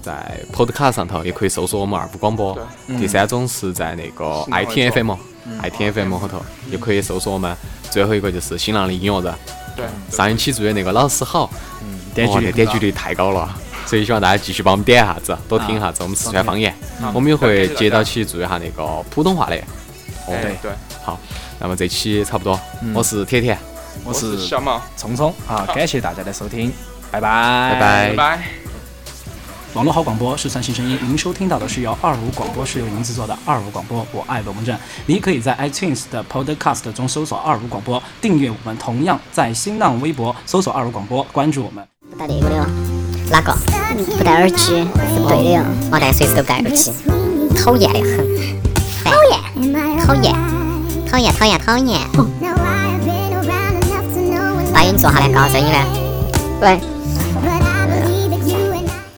Speaker 1: 在 Podcast 上头也可以搜索我们二部广播。第三种是在那个
Speaker 5: 新浪微博
Speaker 1: ITFM。ITFM 后头也可以搜索我们，最后一个就是新浪的音乐人。
Speaker 5: 对，
Speaker 1: 上一期做的那个老师好，
Speaker 2: 点击
Speaker 1: 哇
Speaker 2: 率
Speaker 1: 那
Speaker 2: 很
Speaker 1: 点
Speaker 2: 高
Speaker 1: 击率太高了，所以希望大家继续帮我们点一下子，多听一下子我们四川方言。啊我们也会接到起做一下那个普通话的。哦
Speaker 5: 哎对，
Speaker 1: 好，那么这期差不多，我是铁铁，
Speaker 2: 我
Speaker 5: 我
Speaker 2: 是
Speaker 5: 是小毛，
Speaker 2: 聪聪啊，感谢大家的收听，拜
Speaker 1: 拜
Speaker 2: 拜。
Speaker 5: 拜拜。
Speaker 6: 网络好广播是三星声音，您收听到的是由二五广播室为您制作的二五广播，我爱龙门阵。您可以在 iTunes 的 Podcast 中搜索二五广播，订阅我们，同样在新浪微博搜索二五广播，关注我们。
Speaker 7: 不戴这个的哟，哪个？不戴耳机是不对的哟。王蛋随时都不戴耳机，讨厌的很，烦，讨厌，讨厌，讨厌，讨厌。
Speaker 8: Now I've been around enough to know when
Speaker 7: 音做下来搞声音嘞。喂，